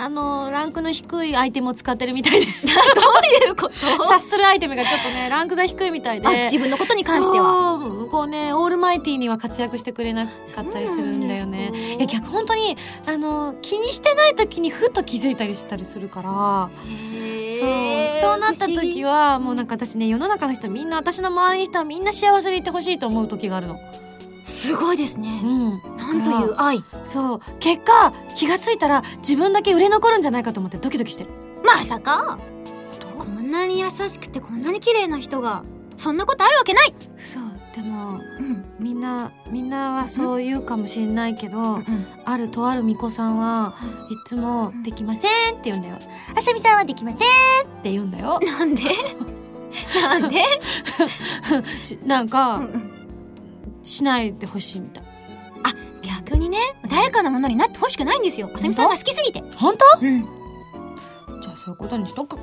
Speaker 4: あのランクの低いアイテムを使ってるみたいで
Speaker 1: ということ
Speaker 4: 察するアイテムがちょっとねランクが低いみたいで
Speaker 1: あ自分のことに関しては
Speaker 4: そうこうねオールマイティーには活躍してくれなかったりするんだよねいや逆本当にあの気にしてない時にふと気づいたりしたりするからそうそうなった時
Speaker 1: は
Speaker 4: はもうなんか私ね世の中の人みんな私の周りの人はみんな幸せでいてほしいと思う時があるの。
Speaker 1: すごいです
Speaker 4: う
Speaker 1: ね、
Speaker 4: ん、
Speaker 1: なんという愛
Speaker 4: そう結果気がついたら自分だけ売れ残るんじゃないかと思ってドキドキしてる。
Speaker 1: まさかこんなに優しくてこんなに綺麗な人がそんなことあるわけない、
Speaker 4: そうでも
Speaker 1: うん
Speaker 4: みんなみんなはそう言うかもしれないけど、
Speaker 1: うん、
Speaker 4: あるとある巫女さんは
Speaker 1: はい
Speaker 4: つも
Speaker 1: うん
Speaker 4: 「できません」って言うんだよ。
Speaker 1: あさみさんはできません
Speaker 4: って言うんだよ。
Speaker 1: なん でなんで、
Speaker 4: しなん
Speaker 1: う
Speaker 4: か、
Speaker 1: んうん
Speaker 4: しないでほしいみたい。
Speaker 1: 逆にね誰かのものになってほしくないんですよあさみさんが好きすぎて
Speaker 4: 本当？
Speaker 1: うん
Speaker 4: じゃあそういうことにしとく。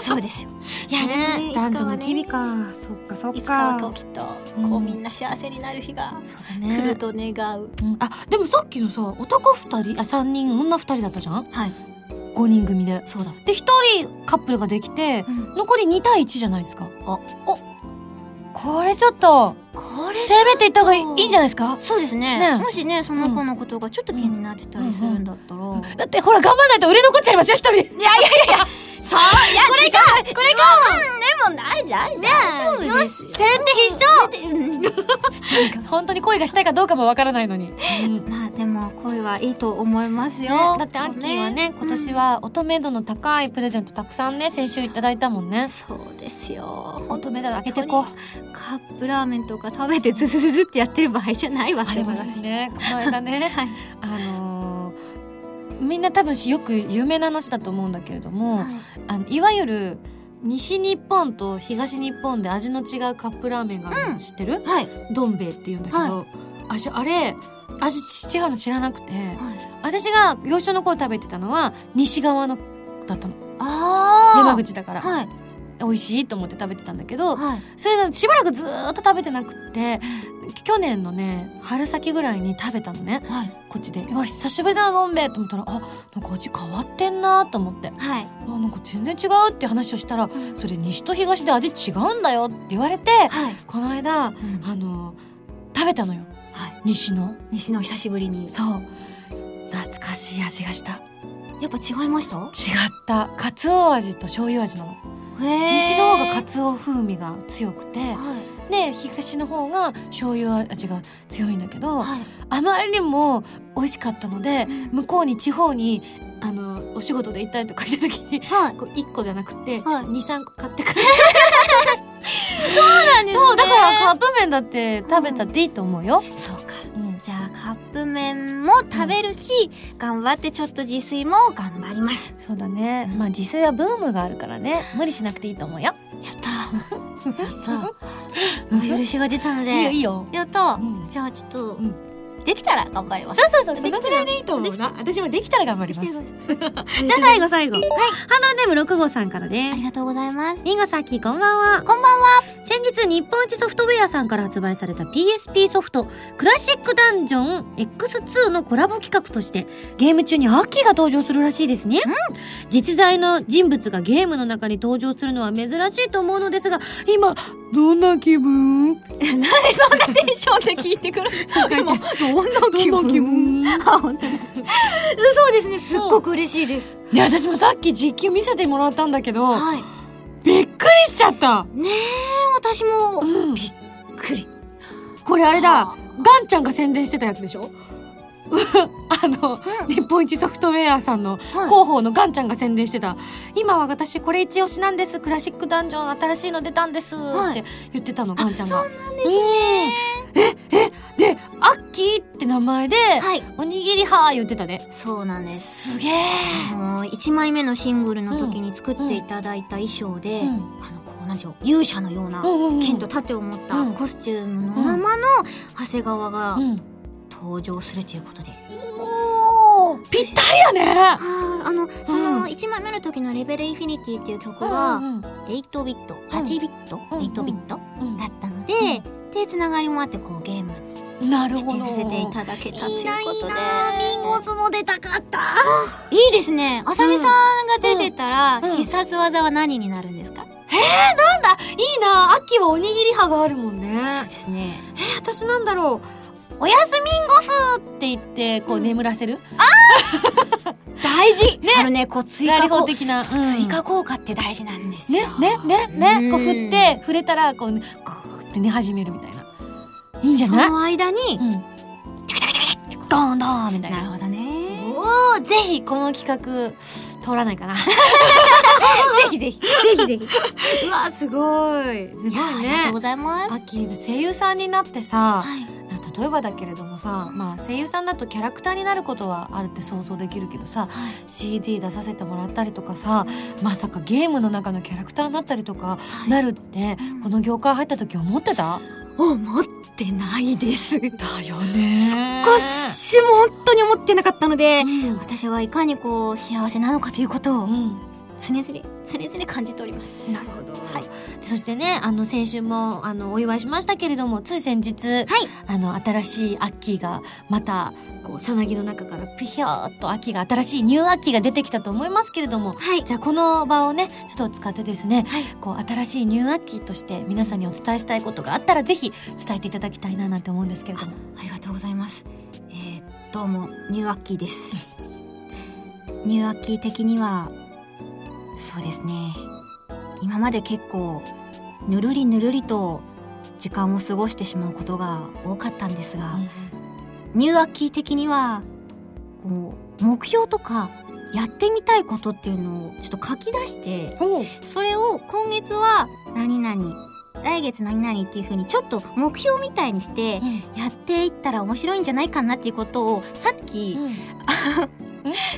Speaker 1: そうですよいやねい
Speaker 4: 男女の
Speaker 1: つかはね
Speaker 4: 機微か。そっかそっか。
Speaker 1: いつかはこうきっと
Speaker 4: うん
Speaker 1: こうみんな幸せになる日が
Speaker 4: そうだ
Speaker 1: 来
Speaker 4: ね
Speaker 1: る。と願う
Speaker 4: うんあでもさっきのさ男二人あ三人女二人だったじゃん。
Speaker 1: はい
Speaker 4: 五人組で。
Speaker 1: そうだ、
Speaker 4: で一人カップルができて
Speaker 1: うん、
Speaker 4: 残り2対1じゃないですかあおこれちょっと
Speaker 1: これ
Speaker 4: 攻めていった方がいいいいんじゃないですか
Speaker 1: そうですね
Speaker 4: ね
Speaker 1: もしねその子のことがちょっと気になってたりするんだったら、
Speaker 4: だってほら頑張らないと売れ残っちゃいますよ一人いやいや
Speaker 1: そういやこれかこれか、うん、でもないじゃんね大丈夫ですよ
Speaker 4: 先
Speaker 1: 手必勝
Speaker 4: 本当に恋がしたいかどうかもわからないのに、
Speaker 1: まあでも恋はいいと思います
Speaker 4: ね
Speaker 1: よ、
Speaker 4: だってアッキーはね今年、は乙女度の高いプレゼントたくさんね先週いただいたもん
Speaker 1: う
Speaker 4: ね
Speaker 1: んそうですよ
Speaker 4: 乙女度上げてこう
Speaker 1: カップラーメンとか食べてズズズズってやってる場合じゃないわっ
Speaker 4: あ
Speaker 1: て
Speaker 4: でも
Speaker 1: 思いました
Speaker 4: 私ねこの間ね、
Speaker 1: はい
Speaker 4: あのーみんな多分しよく有名な話だと思うんだけれども、
Speaker 1: はい
Speaker 4: あのいわゆる西日本と東日本で味の違うカップラーメンがあるの
Speaker 1: うん
Speaker 4: 知ってる
Speaker 1: はい、
Speaker 4: どん兵衛って言うんだけど、
Speaker 1: は
Speaker 4: あしあれ味ち違うの知らなくて
Speaker 1: はい
Speaker 4: 私が幼少の頃食べてたのは西側のだったの
Speaker 1: あー
Speaker 4: 山口だから、
Speaker 1: はい
Speaker 4: 美味しいと思って食べてたんだけど
Speaker 1: はい
Speaker 4: それでしばらくずーっと食べてなくって去年のね春先ぐらいに食べたのね
Speaker 1: はい
Speaker 4: こっちでうわ久しぶりだなどん兵衛と思ったらあなんか味変わってんなと思って
Speaker 1: はい
Speaker 4: あなんか全然違うって話をしたら
Speaker 1: うん
Speaker 4: それ西と東で味違うんだよって言われて
Speaker 1: はい、
Speaker 4: この間あの食べたのよ、
Speaker 1: はい
Speaker 4: 西の
Speaker 1: 西の久しぶりに
Speaker 4: そう懐かしい味がした違
Speaker 1: やっぱ違いました
Speaker 4: ったカツオ味と醤油味なの
Speaker 1: へえ
Speaker 4: 西の方がカ
Speaker 1: つ
Speaker 4: ツオ風味が強くて
Speaker 1: はい
Speaker 4: で東の方が醤油味が強いんだけど
Speaker 1: はい
Speaker 4: あまりにも美味しかったので
Speaker 1: うん
Speaker 4: 向こうに地方にあのお仕事で行ったりとかした時に
Speaker 1: はい
Speaker 4: こう1個じゃなくて、
Speaker 1: はい
Speaker 4: 23個買って 帰る
Speaker 1: そうなんですね
Speaker 4: そうだからカップ麺だって食べたっていいと思うよ、
Speaker 1: そうか
Speaker 4: うん、
Speaker 1: じゃあカップ麺も食べるし、頑張ってちょっと自炊も頑張ります
Speaker 4: そうだねまあ自炊はブームがあるからね無理しなくていいと思うよ
Speaker 1: やったー やったー お許しが出たので
Speaker 4: いいよいいよ、
Speaker 1: やったー
Speaker 4: ん、
Speaker 1: じゃあちょっと、
Speaker 4: うん
Speaker 1: できたら頑張ります
Speaker 4: そうそうそう
Speaker 1: で
Speaker 4: そ
Speaker 1: きた
Speaker 4: のくらいでいいと思うな私もできたら頑張
Speaker 1: で
Speaker 4: り
Speaker 1: き
Speaker 4: ま
Speaker 1: て
Speaker 4: す
Speaker 1: る
Speaker 4: じゃ
Speaker 1: じ
Speaker 4: あ最後最後はいハンドルネーム六号さんから
Speaker 1: あ
Speaker 4: です
Speaker 1: りがとうございます
Speaker 4: リンゴさっきこんばんは
Speaker 1: こんばんは
Speaker 4: 先日日本一ソフトウェアさんから発売された PSP ソフトクラシックダンジョン X2 のコラボ企画としてゲーム中にアッキーが登場するらしいですね、実在の人物がゲームの中に登場するのは珍しいと思うのですが今どんな気分 なんでそんなテンションで聞いて くる
Speaker 1: どんな
Speaker 4: どんな気 分
Speaker 1: あ本当にそうですねすっごく嬉しいです、
Speaker 4: いや私もさっき実機見せてもらったんだけど
Speaker 1: はい
Speaker 4: びっくりしちゃった、
Speaker 1: ねえ私も
Speaker 4: うん
Speaker 1: びっくり
Speaker 4: これあれ
Speaker 1: は
Speaker 4: だ
Speaker 1: あ
Speaker 4: ガンちゃんが宣伝してたやつでしょ あの、日本一ソフトウェアさんの
Speaker 1: はい
Speaker 4: 広報のガンちゃんが宣伝してた、今は私これ一押しなんですクラシックダンジョン新しいの出たんですっ
Speaker 1: はい
Speaker 4: て言ってたの、ガンちゃん
Speaker 1: そ
Speaker 4: が
Speaker 1: う
Speaker 4: なんですねええでアッキーって名前で、
Speaker 1: はい
Speaker 4: おにぎりはー言ってたで、
Speaker 1: そうなんです
Speaker 4: すげえ、
Speaker 1: あの1枚目のシングルの時に作っていただいた衣装で、
Speaker 4: うん
Speaker 1: あのこう同じよう勇者のような
Speaker 4: うんうん
Speaker 1: 剣と盾を持った
Speaker 4: うん
Speaker 1: コスチュームのままの長谷川が
Speaker 4: うん
Speaker 1: 登場するということで、
Speaker 4: おーぴったりやね
Speaker 1: あーあのそうの
Speaker 4: ん
Speaker 1: 1枚目の時の「レベルインフィニティ」っていう曲
Speaker 4: う
Speaker 1: が
Speaker 4: んうん
Speaker 1: 8ビット8ビット、
Speaker 4: うん
Speaker 1: 8ビット
Speaker 4: うん
Speaker 1: だったので、でつながりもあってこうゲームに
Speaker 4: なるほど
Speaker 1: 出演させていただけたということで
Speaker 4: いいなミンゴスも出たかった
Speaker 1: いいですねあさみさんが出てたら、
Speaker 4: うんうん
Speaker 1: 必殺技は何になるんですか、
Speaker 4: いいな秋はおにぎり派があるもんね
Speaker 1: そうですね
Speaker 4: えー私なんだろうおやすみんごすって言ってこう眠らせる、
Speaker 1: 大事、あのねこう追
Speaker 4: ラ
Speaker 1: 加
Speaker 4: リ
Speaker 1: 効
Speaker 4: 法
Speaker 1: 果、
Speaker 4: 的な、
Speaker 1: そう追加効果って大事なんです
Speaker 4: ね
Speaker 1: よ、
Speaker 4: ねねね
Speaker 1: うん
Speaker 4: こう振って触れたらこうねこうって寝始めるみたいないいんじゃ
Speaker 1: そ
Speaker 4: ない
Speaker 1: の間に、
Speaker 4: うんドンドンみたい
Speaker 1: なる
Speaker 4: な
Speaker 1: ほどね
Speaker 4: おおぜひこの企画通ら ないかなぜひぜひ
Speaker 1: ぜひ ぜひ
Speaker 4: うわすごいすごい
Speaker 1: いやありがとう
Speaker 4: ね
Speaker 1: ございます
Speaker 4: 秋声優さんになってさ、
Speaker 1: はい
Speaker 4: 例えばだけれどもさ、まあ、声優さんだとキャラクターになることはあるって想像できるけどさ、CD 出させてもらったりとかさまさかゲームの中のキャラクターになったりとか
Speaker 1: はい
Speaker 4: なるって、
Speaker 1: うん
Speaker 4: この業界入った時思ってた
Speaker 1: 思ってないです
Speaker 4: だよね
Speaker 1: 少しも本当に思ってなかったので、
Speaker 4: うん
Speaker 1: 私はいかにこう幸せなのかということを
Speaker 4: うん
Speaker 1: 常々常々感じておりますなるほどはい
Speaker 4: そしてねあの先週もあのお祝いしましたけれどもつい先日
Speaker 1: はい
Speaker 4: あの新しいアッキーがまたこうさなぎの中からピヒャーっと秋が新しいニューアッキーが出てきたと思いますけれども
Speaker 1: はい
Speaker 4: じゃあこの場をねちょっと使ってですね、
Speaker 1: はい
Speaker 4: こう新しいニューアッキーとして皆さんにお伝えしたいことがあったらぜひ伝えていただきたいななんて思うんですけれども
Speaker 1: ありがとうございます。えー、どうも、ニューアッキーです。 ニューアッキー的には、そうですね。今まで結構、ぬるりぬるりと時間を過ごしてしまうことが多かったんですが、ニューアッキー的には、こう、目標とか、やってみたいことっていうのをちょっと書き出して、
Speaker 4: おう
Speaker 1: それを今月は何々、来月何々っていう風にちょっと目標みたいにして、やっていったら面白いんじゃないかなっていうことをさっき、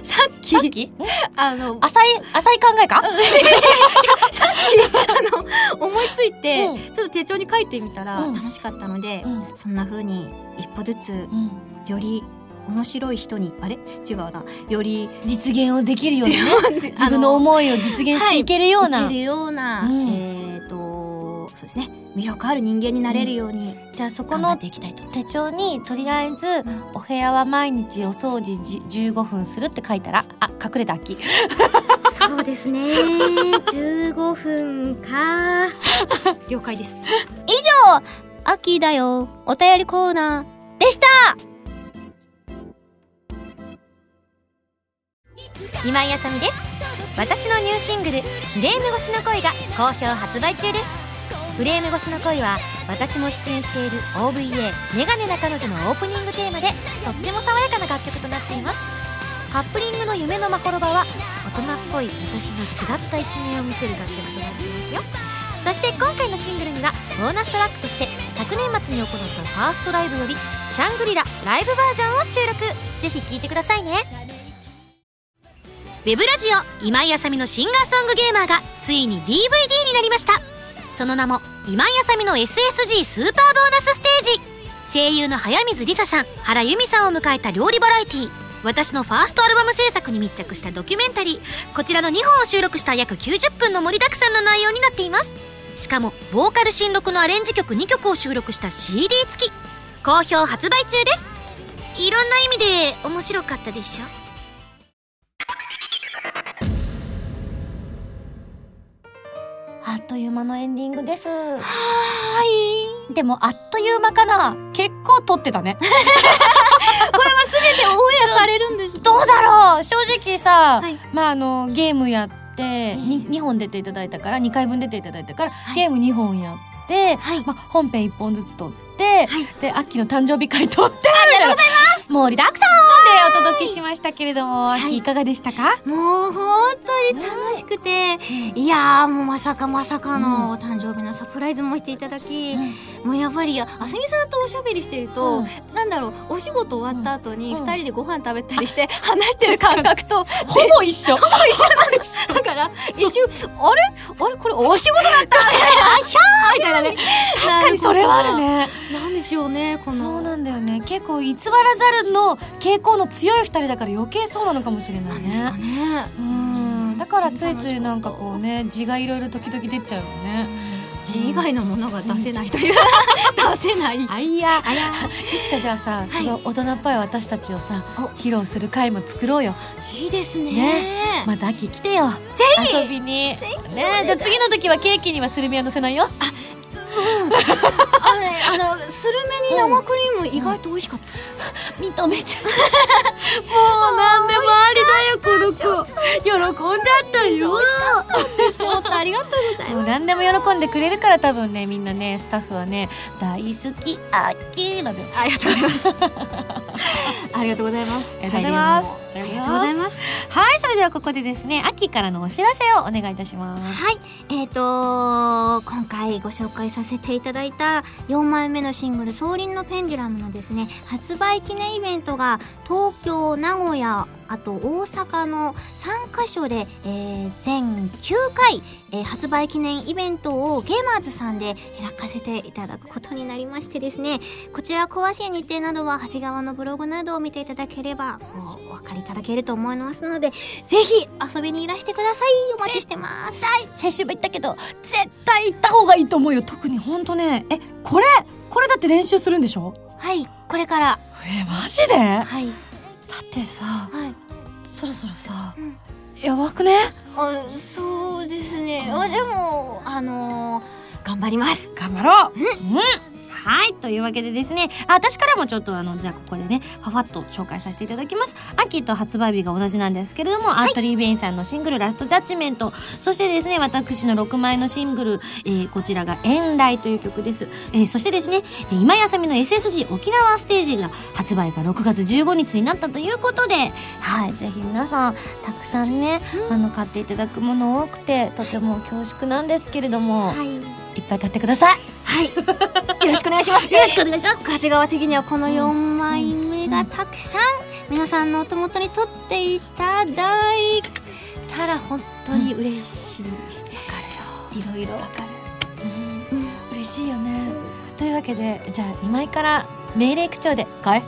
Speaker 1: さっき
Speaker 4: さっき
Speaker 1: あの
Speaker 4: 浅い浅い考え か、
Speaker 1: 思いついて、
Speaker 4: うん
Speaker 1: ちょっと手帳に書いてみたら
Speaker 4: うん
Speaker 1: 楽しかったので、
Speaker 4: うん
Speaker 1: そんな風に一歩ずつより面白い人にあれ違うなより
Speaker 4: 実現をできるようにね 自
Speaker 1: あ
Speaker 4: 分の思いを実現していけるような、
Speaker 1: いけるような、
Speaker 4: うん
Speaker 1: えっ、とそうですね魅力ある人間になれるように
Speaker 4: じゃあそこ
Speaker 1: 頑張
Speaker 4: の
Speaker 1: っていきたいと思い
Speaker 4: 手帳にとりあえず、
Speaker 1: ん
Speaker 4: お部屋は毎日お掃除じ15分するって書いたらあ隠れた秋
Speaker 1: ます、そうです ね15分か了解です
Speaker 5: 秋だよお便りコーナーでした
Speaker 2: 今井あさみです私のニューシングル「フレーム越しの恋」が好評発売中ですフレーム越しの恋は私も出演している OVA「メガネな彼女」のオープニングテーマでとっても爽やかな楽曲となっていますカップリングの「夢のまほろば」は大人っぽい私の違った一面を見せる楽曲となっていますよそして今回のシングルにはボーナストラックとして昨年末に行ったファーストライブより「シャングリラライブバージョン」を収録ぜひ聴いてくださいねウェブラジオ今井あさみのシンガーソングゲーマーがついに DVD になりましたその名も今井あさみの SSG スーパーボーナスステージ声優の早水梨沙さん原由美さんを迎えた料理バラエティー私のファーストアルバム制作に密着したドキュメンタリーこちらの2本を収録した約90分の盛りだくさんの内容になっていますしかもボーカル新録のアレンジ曲2曲を収録した CD 付き好評発売中ですいろんな意味で面白かったでしょ
Speaker 4: あっという間のエンディングです
Speaker 1: はい
Speaker 4: でもあっという間かな結構撮ってたね
Speaker 1: でオンエアされるんです
Speaker 4: どうだろう正直さ、
Speaker 1: はい
Speaker 4: まああのゲームやってに
Speaker 1: ええ
Speaker 4: 2, 本出ていただいたから2回分出ていただいたから、
Speaker 1: い
Speaker 4: ゲーム2本やって、
Speaker 1: はい
Speaker 4: まあ、本編1本ずつ撮って、
Speaker 1: はい
Speaker 4: でアッキーの誕生日会撮ってありがとうございます
Speaker 2: 盛りだくさんでお届けしましたけれども、
Speaker 1: い
Speaker 2: 秋いかがでしたか
Speaker 1: もう本当に楽しくて、いやーもうまさかまさかのお誕生日のサプライズもしていただき、もうやっぱりあさぎさんとおしゃべりしてると、
Speaker 2: うん
Speaker 1: なんだろうお仕事終わった後に
Speaker 2: うん
Speaker 1: 二人でご飯食べたりして話してる感覚と、
Speaker 2: ほぼ一緒。
Speaker 1: だから一瞬あれあれこれお仕事だったみたい な「ひゃー!」みたいなね
Speaker 2: 確かにそれはあるね。
Speaker 1: なんでしょうねこ
Speaker 2: そう
Speaker 1: の
Speaker 2: なんだよね。結構偽らざるの傾向の強い二人だから余計そうなのかもしれな
Speaker 1: ないんですか
Speaker 2: ね。
Speaker 1: ね
Speaker 2: うん。だからついついなんかこうね、字がいろいろ時々出ちゃうよね。
Speaker 1: 字以外のものが出せないという出せない
Speaker 2: あいや。
Speaker 1: あや
Speaker 2: いつかじゃあさ、すごい大人っぽい私たちをさ、披露する回も作ろうよ。
Speaker 1: いいですね
Speaker 2: ねまた秋来てよ。ぜひ遊びに。ねじゃあ次の時はケーキにはスルメは乗せないよ。
Speaker 1: あのねあのスルメに生クリーム意外と美味しかった、
Speaker 2: 認め ちゃうもう何でもありだよこの子喜んじゃったよ
Speaker 1: 本当ありがとうござい
Speaker 2: もう何でも喜んでくれるから多分ねみんなねスタッフはね大好きあっきーなんだよ
Speaker 1: ありがとうございますありがとうございます
Speaker 2: ありがとうございます
Speaker 1: ありがとうございます
Speaker 2: はいそれではここでですね秋からのお知らせをお願いいたします
Speaker 1: はいえっ、と今回ご紹介させていただいた4枚目のシングル「総輪のペンデュラム」のですね発売記念イベントが東京名古屋あと大阪の3カ所で、えー全9回、えー発売記念イベントをゲーマーズさんで開かせていただくことになりましてですねこちら詳しい日程などは長谷川のブログなどを見ていただければもうお分かりいただけると思いますのでぜひ遊びにいらしてくださいお待ちしてます
Speaker 2: 先週も言ったけど絶対行った方がいいと思うよ特にほんとねえこれこれだって練習するんでしょ
Speaker 1: はい、これから。
Speaker 2: えマジでだ
Speaker 1: はい。
Speaker 2: ってさ
Speaker 1: はい。
Speaker 2: そろそろさ、
Speaker 1: うん
Speaker 2: やばくね
Speaker 1: あ、そうですね。あ、でも、あのー頑張ります。
Speaker 2: 頑張ろう、うんはいというわけでですねあ私からもちょっとあのじゃあここでねファファッと紹介させていただきます秋と発売日が同じなんですけれども、アートリー・ベインさんのシングル「ラスト・ジャッジメント」そしてですね私の6枚のシングル、えーこちらが「遠来」という曲です、えーそしてですねえー今やさみの SSG 沖縄ステージが発売が6月15日になったということではいぜひ皆さんたくさんね、あの買っていただくもの多くてとても恐縮なんですけれども、
Speaker 1: はい。
Speaker 2: いっぱい買ってください
Speaker 1: はい。よろしくお願いします。よろしくお願いします。長谷川的にはこの4枚目がたくさん、皆さんのお手元に取っていただいたら本当に嬉しい。いろいろ。
Speaker 2: わかる、嬉しいよねというわけでじゃあ今井から命令口調で「買え」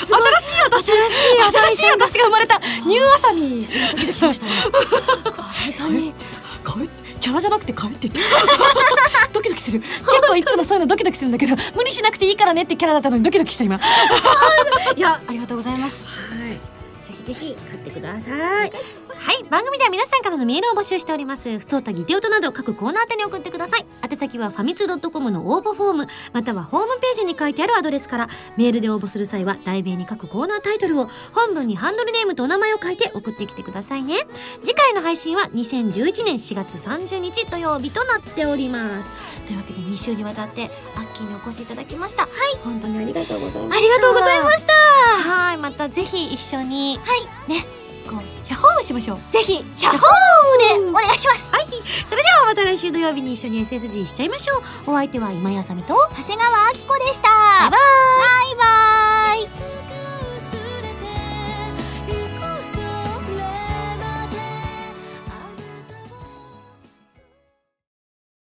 Speaker 2: 新しい私新しい新しい私が生まれたニューアサミドキドキしましたね
Speaker 1: さんに
Speaker 2: 買えキャラじゃなくて買えって言ってドキドキする結構いつもそういうのドキドキするんだけど無理しなくていいからねってキャラだったのにドキドキした今
Speaker 1: いや、ありがとうございます。
Speaker 4: ぜひぜひ買ってください。はい、番組では皆さんからのメールを募集しております。ふつおたぎておとなど各コーナー宛てに送ってください。宛先はファミツドットコムの応募フォーム、またはホームページに書いてあるアドレスから、メールで応募する際は題名に各コーナータイトルを、本文にハンドルネームとお名前を書いて送ってきてくださいね。次回の配信は2011年4月30日土曜日となっております。というわけで2週にわたって、アッキーにお越しいただきました。はい。本当にありがとうございました。
Speaker 1: ありがとうございました。
Speaker 4: はい、またぜひ一緒に、ね、こう、ヤッホーしましょう。
Speaker 1: ぜひ、ヤッホーでお願いします。
Speaker 4: それではまた来週土曜日に一緒に SSG しちゃいましょう。お相手は今井あさみと、
Speaker 1: 長谷川明子でした。バイバイ。バイバイ。